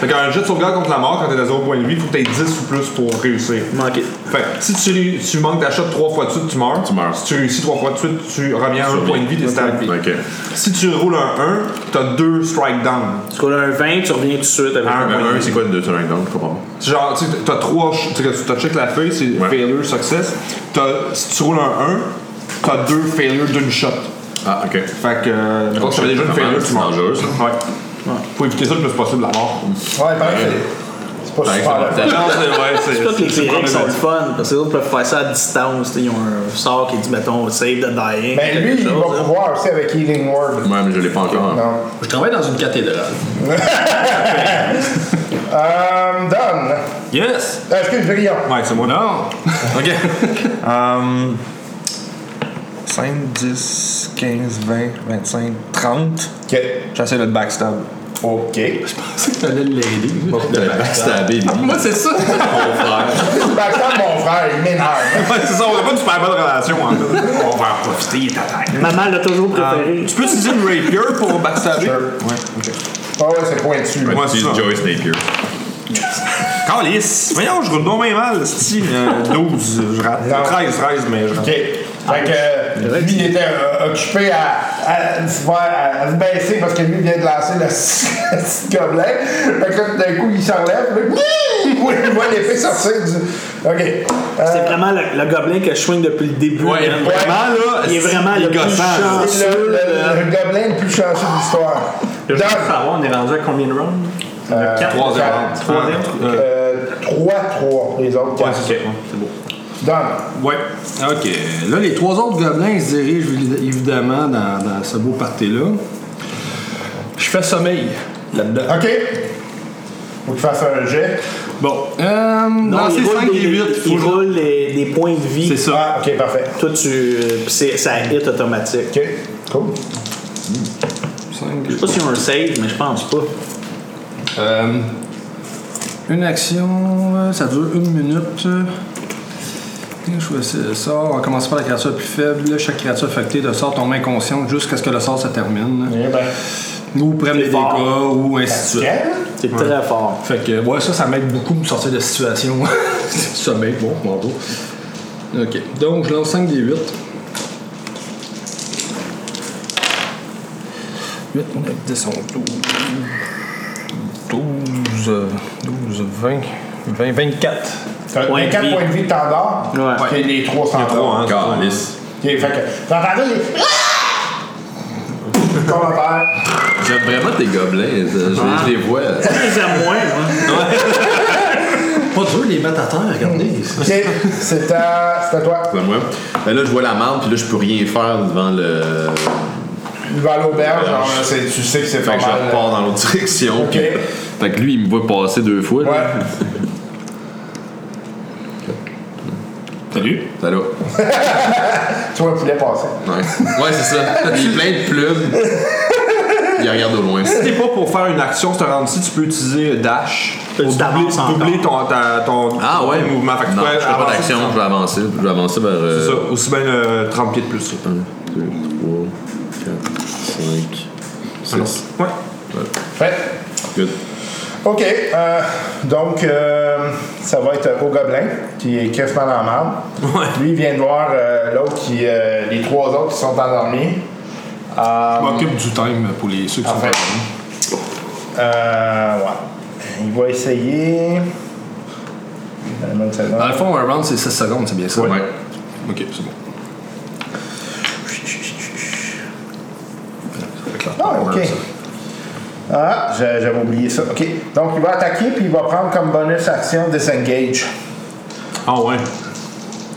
Fait qu'un jet de sauvegarde contre la mort, quand t'es à 0.8, il faut que t'aies 10 ou plus pour réussir. Manqué. Fait que si tu, ré- tu manques ta shot 3 fois de suite, tu meurs. Tu meurs. Si tu réussis 3 fois de suite, tu reviens à un point de vie, t'es stable. Ok. Si tu roules un 1, t'as 2 strike down. Tu roules un 20, tu reviens tout de suite avec Un, Mais un un, c'est quoi une deux sur un donc, je comprends pas. C'est Genre, tu sais, t'as 3. Tu as check la feuille, c'est Ouais. failure, success. T'as- si tu roules un 1, t'as 2 failures d'une shot. Ah, ok. Fait que. euh, donc, ça fait déjà une Vraiment, failure, tu c'est meurs. dangereux, ça. Ouais. Faut éviter ça le plus possible, la mort. Ouais, pareil, c'est- c'est pas Par super. exemple, là. t'as- Non, c'est vrai, c'est. C'est pas que les c'est clérics sont le problématique. fun, parce que les autres peuvent faire ça à distance. t'sais, Ils ont un sort qui dit, mettons, save the dying. Mais lui, il va pouvoir aussi avec Healing Word. Ouais, mais je l'ai pas encore. Non. Je travaille dans une cathédrale. Euh, Don. Yes! Euh, Excuse, Brillon. Ouais, c'est moi. Non! OK. Hum, 5, 10, 15, 20, 25, 30. OK. J'essaie de te backstab. OK. C'est que t'allais l'aider. T'as backstabé, lui. Moi, c'est ça! Mon frère. Par contre, mon frère, il m'énerve. Ouais, c'est ça, on n'a pas une super bonne relation. hein. en fait. on va en profiter, il est à terre. Maman l'a toujours préféré. Hum, tu peux utiliser une rapier pour backstabber? Sure. Ouais, OK. Ah ouais, c'est pointu. là. Ouais, c'est C'est ça. Joyce Napier. Calice! Voyons, je roule non même mal, sti. Euh, 12, je rate. Non. 13, 13, mais je rate. OK. Fait que euh, lui, il était euh, occupé à, à, se faire- à- à se baisser parce que lui vient de lancer le petit gobelet. Fait que là, tout d'un coup, il s'enlève. là, il voit l'effet sortir du... OK. C'est Euh, vraiment le, le gobelin que je swing depuis le début. Ouais, man. vraiment, là, Il est vraiment il le plus gossant, là. c'est le, chanceux. le, le gobelin le plus chanceux de l'histoire. Je veux juste Don. savoir, on est rendu à combien de rounds Euh, 3 quatre. erreurs. Trois erreurs. Euh, Euh, 3-3, les autres. Ouais, quatre. c'est ça. C'est beau. Donne. Ouais. OK. Là, les trois autres gobelins, ils se dirigent évi- évidemment dans, dans ce beau party-là. Je fais sommeil là-dedans. OK. Faut qu'il fasse un jet. Bon. Euh, Non, il lancer roule, 5 des, et 8. il roule des, des points de vie. C'est ça. Ah, OK, parfait. Toi, tu. euh, pis c'est- ça hit automatique. OK. Cool. Je sais pas s'il y a un save, mais je pense pas. Euh, une action, euh, ça dure une minute. Je vais essayer le sort. On commence par la créature la plus faible. Chaque créature affectée de sort tombe inconsciente jusqu'à ce que le sort se termine. Eh ben, Ou prenne les dégâts, fort. ou ainsi de suite. tiens. C'est très fort. Fait que, ouais, ça, ça m'aide beaucoup à me sortir de la situation. Sommeil, bon, bravo. Ok, donc je lance 5 des 8. 8, 9, 10, 11, 12. 12, 20, 20, 24. T'as Point de 4 vie. points de vie de t'endors. Ouais. OK, les 3 s'endorment. trois, hein. Calice. OK, fait que... T'entends les... Comme un père. J'aime vraiment tes gobelins. ça. Je, Ah. je les vois. euh, Ça les aime moins, hein. moi. Pas dur de les mettre à terre, regardez. Ok, c'est à, c'est à toi. C'est à moi. Ben là, je vois la marde, puis là, je peux rien faire devant le. Il va à l'auberge, L'auberge. genre, là, c'est- tu sais que c'est Fait pas que je mal. repars dans l'autre direction. Ok. puis- Fait que lui, il me voit passer deux fois. là. Ouais. Salut. Salut. Tu vois le poulet passer. Ouais, ouais c'est ça. Il est plein de plumes. Il regarde au loin. Si t'es pas pour faire une action, ce round-ci, tu peux utiliser Dash. Tu pour t'avances encore. doubler ton, ta- ton, Ah ton ouais. mouvement. Fait que tu non, peux je fais pas avancer d'action, je vais avancer. Je vais avancer vers. C'est euh, ça, aussi bien euh, 30 pieds de plus. 1, 2, 3, 4, 5, 6. Ouais. Ouais. Good. Ok, euh, donc euh, ça va être au gobelin qui est crèvement dans la marde. Lui, il vient de voir euh, l'autre qui. euh, les trois autres qui sont endormis. Euh, Je m'occupe du time pour les, ceux qui sont Enfin. pas euh, ouais. Il va essayer. Donne-moi une seconde. Dans le fond, un round, c'est 6 secondes, c'est bien ça? Ouais. Ok, c'est bon. Ah, ok. Ah, j'a- j'avais oublié ça. Ok. Donc, il va attaquer, puis il va prendre comme bonus action disengage. Ah ouais.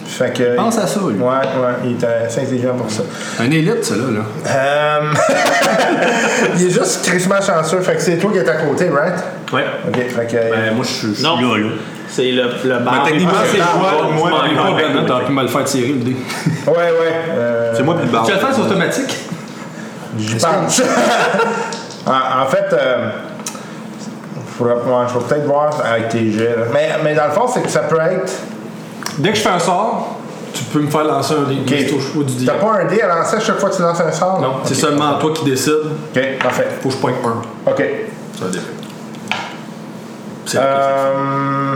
Fait que. Pense à ça, lui. Ouais, ouais, il est assez intelligent pour ça. Un élite, celui là. Euh, il est juste crissement chanceux, fait que c'est toi qui es à côté, right? Ouais. Ok, fait que. Ben, moi, je suis je suis Non. là, là. C'est le, le bar. techniquement, Ah, c'est le bar. moi, Tu moi, manques mais un pas bec. Là, t'aurais pu me le faire tirer le dé. Ouais, ouais. euh, C'est moi puis le barbe. Tu vas le faire sur automatique? J'y pense. en, en fait, euh, faudra- ouais, je vais peut-être voir avec tes jets. là. Mais, mais dans le fond, c'est que ça peut être. Dès que je fais un sort, tu peux me faire lancer un dé. Ok. C'est au choix du dé. T'as pas un dé à lancer à chaque fois que tu lances un sort? Non, c'est seulement toi qui décides. Ok, parfait. Faut que je pointe un. Ok. C'est Euh,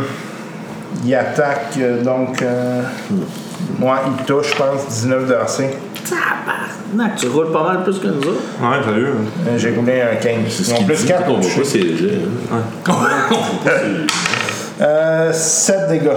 il attaque euh, donc. euh, Hmm. ouais, il touche, je pense, 19 de AC. Tabarnak, tu roules pas mal plus que nous autres. Ouais, hein. salut. Euh, J'ai roulé un 15. C'est ce Ils ont qu'il plus dit. 4 On voit pas ses jets. hein. Euh, 7 dégâts.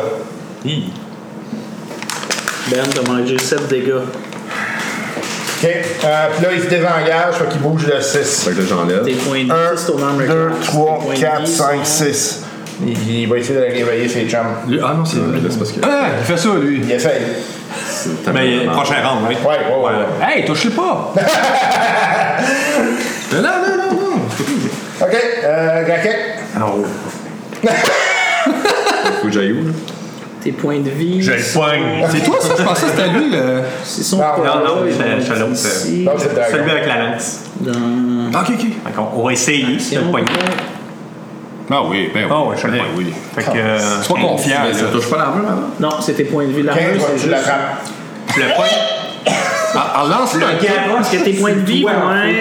Ben, t'as mangé 7 dégâts. OK. Euh, puis là, il se désengage, fait qu'il bouge de 6. Fait que là, Tes j'enlève. points de 1, 10, ton arme 2, recharge. 3, Tes points de 4, 10, 5, 6. Il, il va essayer de réveiller ses chums. Lui- Ah non, c'est. Mais là, c'est parce que. Ah, il fait ça, lui. Il essaye. c'est Mais euh, tellement- prochain round, ouais. Ouais, ouais, ouais. Hey, touchez pas! non, non, non, non! OK. Euh, Gaquet. Faut que j'aille où, là? Tes points de vie. Je le poigne. C'est toi, ça? Je pensais que c'était lui, le. Ils sont Non, Non, non, ils c'est sont c'est l'autre. c'est- ici, Non, c'est le Celui dragon. avec la lance. dans- Ok, ok. Fait qu'on- on va essayer de le poigner. Ah oui, ben oui. Ah ouais, je le Ben poigne. oui. Fait que euh, Sois confiant, Mais ça là. touche pas hein? l'armure, avant? Non, c'est tes points de vie. La 15, main, ouais, c'est tu juste- l'attrapes. je le poigne. Ah, ah, lance le. Parce que tes points de vie, ouais.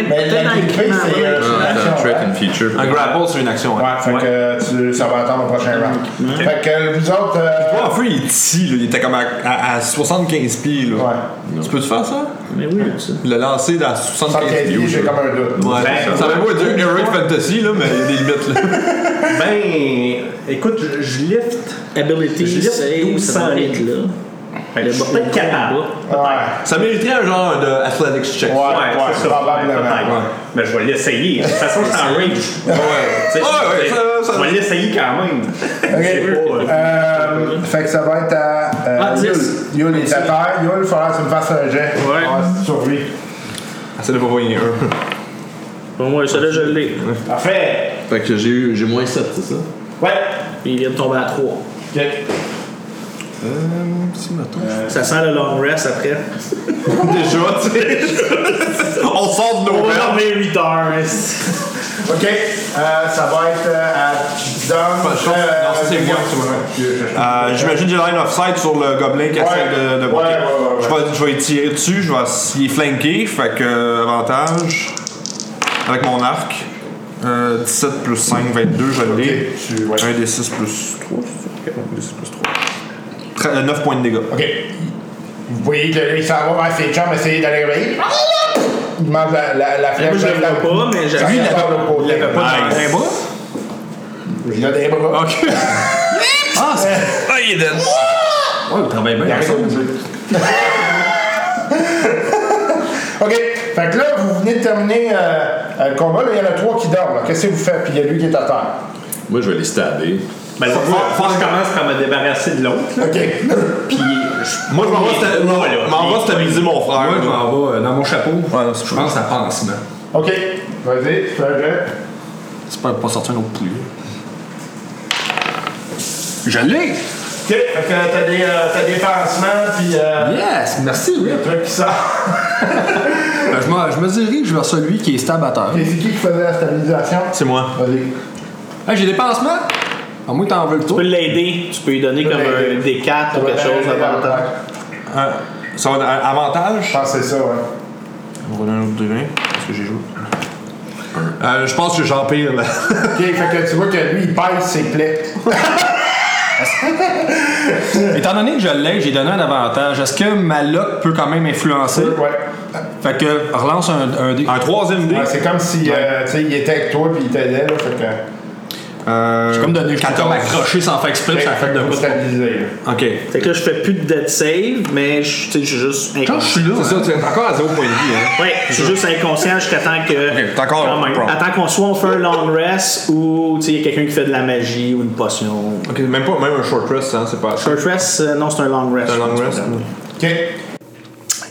Mais Peut-être hein. dans l'agilité, l'équipement, c'est, euh, Ah, ouais. attends, Action, threat ouais. and feature. Un grapple, c'est une action. Ouais, fait que tu, ça va attendre le prochain round. Fait que vous autres. euh, Ouais, en fait, il est ici, là. il était comme à, à- à 75 pieds. Là. Ouais. Tu peux-tu faire ça? Mais oui, ça. Le lancer à 75 75 pieds. pieds, j'ai comme un doute. Ouais, Ben, ça va pas être du Heroic Fantasy, là, mais il y a des limites. Là. Ben, écoute, je, je lift. Ability, Je lis save, ça va 1200. être là. Fait que Le je suis bordel peut-être capable. combat. Ouais, Ça mériterait un genre de athletics check. ouais, Ouais, ouais, c'est ça. probablement. Peut-être. ouais. Ben, je vais l'essayer. De toute façon, je suis en range. Ouais, Tu sais, ouais, ouais, je- ça, ça, Je vais l'essayer quand même. Ok. Euh, fait que ça va être à. Euh, Ah, dix. Yul. Yul est à terre. Yul, il faudra que tu me fasses un jet. Ouais. Ah, c'est survie. Ah, ça ne va pas gagner un. Bon, moi, celui-là, je l'ai. Parfait. Fait que j'ai eu- j'ai moins 7, c'est ça? Ouais. Puis il vient de tomber à 3. Ok. Euh, Euh, Ça sent le long rest après. Déjà, tu sais. On sort de nos On va verres. dormir 8 heures. hein, Ok. Euh, ça va être euh, à Dom. Pas de chance. Non, ça, c'est moi, c'est moi. Euh, J'imagine que j'ai line of sight sur le gobelin qui essaie de, de Ouais, ouais, bloquer. ouais, ouais. Je, vais, je vais y tirer dessus, je vais, il est flanqué, fait que euh, avantage avec mon arc. Euh, 17 plus 5, 22, je l'ai. tu- ouais. 1 des 6 plus 3, 1 des 6 plus 3. 9 points de dégâts. Ok. Vous voyez que là, il s'en va vers ses chums, essayer d'aller réveiller. Il mange la, la, la flèche. Moi, je le la- vois pas, mais j'ai- Ça Lui, il sort de côté. Pas dans un bras? Il a des bras. Ok. ah, c'est. Ah, il est dead. Ouais, il travaille bien. Il arrête de bouger. OK. Fait que là, vous venez de terminer euh, euh, le combat. Là, il y en a trois qui dorment. là. Qu'est-ce que vous faites? Puis il y a lui qui est à terre. Moi, je vais les stabber. Ben, faut, faut que je commence par me débarrasser de l'autre. là. OK. Puis. Moi, je m'en vais sta- Ouais, là. je m'en vais stabiliser mon frère. Moi, je là. m'en vais euh, dans mon chapeau. je pense à pansement. OK. Vas-y, fais un jet. J'espère pas sortir un autre poulet. Je l'ai! OK. Fait que t'as des, euh, t'as des pansements, puis euh, Yes! Merci, oui. le truc qui sort. Ben, je, me, je me dirais que je vais celui qui est stable à terre. Et c'est qui qui faisait la stabilisation? C'est moi. Vas-y. Hey, j'ai des pansements! À moins que t'en veux le Tu tour. peux l'aider, tu peux lui donner comme un l'aider. D4 ou quelque chose d'avantage. Hein, Ça va être un avantage. Je pense que c'est ça, ouais. On va donner un autre devin. Parce que j'ai joué. Euh, je pense que j'empire là. OK, fait que tu vois que lui, il pèse ses plaies. Étant donné que je l'ai, j'ai donné un avantage. Est-ce que ma lock peut quand même influencer? Ouais. Fait que relance un, un dé. Un troisième dé. Ouais, c'est comme si euh, tu sais, il était avec toi, puis il t'aidait, là. Fait que. Euh, J'ai comme donné, je suis 14. comme accroché sans faire exprès, puis ça fait de Faut quoi? stabiliser, là. Ok. Fait que là, je fais plus de dead save, mais je tu sais, je suis juste Quand je inconscient. suis là, C'est ça, tu es encore à zéro point de vie. Hein. Ouais, je suis juste inconscient jusqu'à temps que. Ok, t'es encore Quand même. prompt. Attends qu'on soit on fait un long rest ou tu sais, il y a quelqu'un qui fait de la magie ou une potion. Ok, même pas même un short rest, hein, c'est pas. Short rest, euh, non, c'est un long rest. un long rest. hein. OK.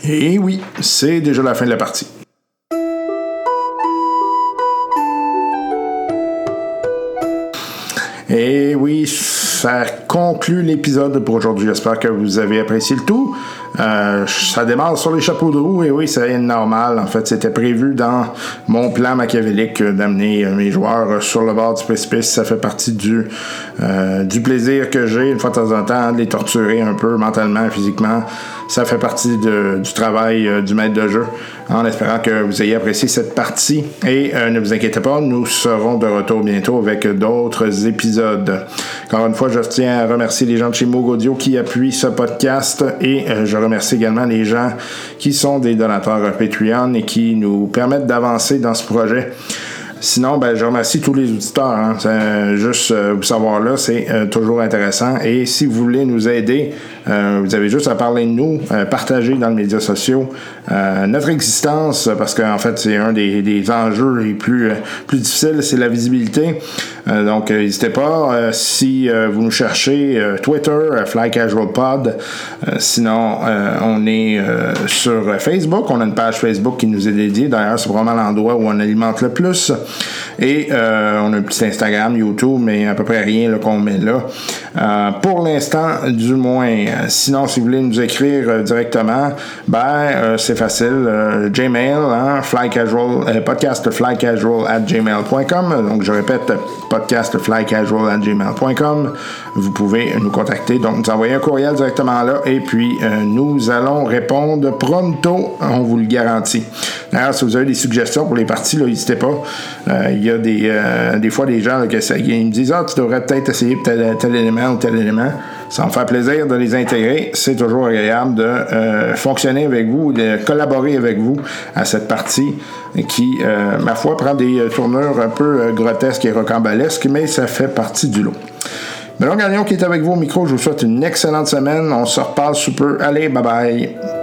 Et oui, c'est déjà la fin de la partie. Et oui, ça conclut l'épisode pour aujourd'hui. J'espère que vous avez apprécié le tout. Euh, ça démarre sur les chapeaux de roue, et oui, c'est normal. En fait, c'était prévu dans mon plan machiavélique euh, d'amener euh, mes joueurs euh, sur le bord du précipice. Ça fait partie du, euh, du plaisir que j'ai, une fois de temps en temps, de les torturer un peu mentalement, physiquement. Ça fait partie de- du travail euh, du maître de jeu, en espérant que vous ayez apprécié cette partie. Et euh, ne vous inquiétez pas, nous serons de retour bientôt avec d'autres épisodes. Encore une fois, je tiens à remercier les gens de chez Moog Audio qui appuient ce podcast et euh, je remercie également les gens qui sont des donateurs Patreon et qui nous permettent d'avancer dans ce projet. Sinon, ben, je remercie tous les auditeurs. hein. C'est, juste euh, vous savoir là, c'est euh, toujours intéressant. Et si vous voulez nous aider, euh, vous avez juste à parler de nous, euh, partager dans les médias sociaux euh, notre existence, parce qu'en fait, c'est un des, des enjeux les plus, euh, plus difficiles, c'est la visibilité. Euh, donc, euh, n'hésitez pas. Euh, si euh, vous nous cherchez, euh, Twitter, euh, Fly Casual Pod. Euh, sinon, euh, on est euh, sur euh, Facebook. On a une page Facebook qui nous est dédiée. D'ailleurs, c'est vraiment l'endroit où on alimente le plus. Et euh, on a un petit Instagram, YouTube, mais à peu près rien là, qu'on met là. Euh, pour l'instant, du moins. Euh, Sinon, si vous voulez nous écrire euh, directement, ben, euh, c'est facile. Euh, Gmail, hein, fly casual, euh, podcast fly casual at gmail.com. Donc, je répète, podcast fly casual at gmail.com. Vous pouvez nous contacter. Donc, nous envoyez un courriel directement là et puis euh, nous allons répondre pronto. On vous le garantit. D'ailleurs, si vous avez des suggestions pour les parties, là, n'hésitez pas. Euh, Il y a des, euh, des fois des gens là, que ça- ils me disent Ah, tu devrais peut-être essayer tel, tel élément ou tel élément. Ça me fait plaisir de les intégrer. C'est toujours agréable de euh, fonctionner avec vous, de collaborer avec vous à cette partie qui, euh, ma foi, prend des euh, tournures un peu euh, grotesques et rocambolesques, mais ça fait partie du lot. Benoît Gagnon qui est avec vous au micro, je vous souhaite une excellente semaine. On se reparle sous peu. Allez, bye bye.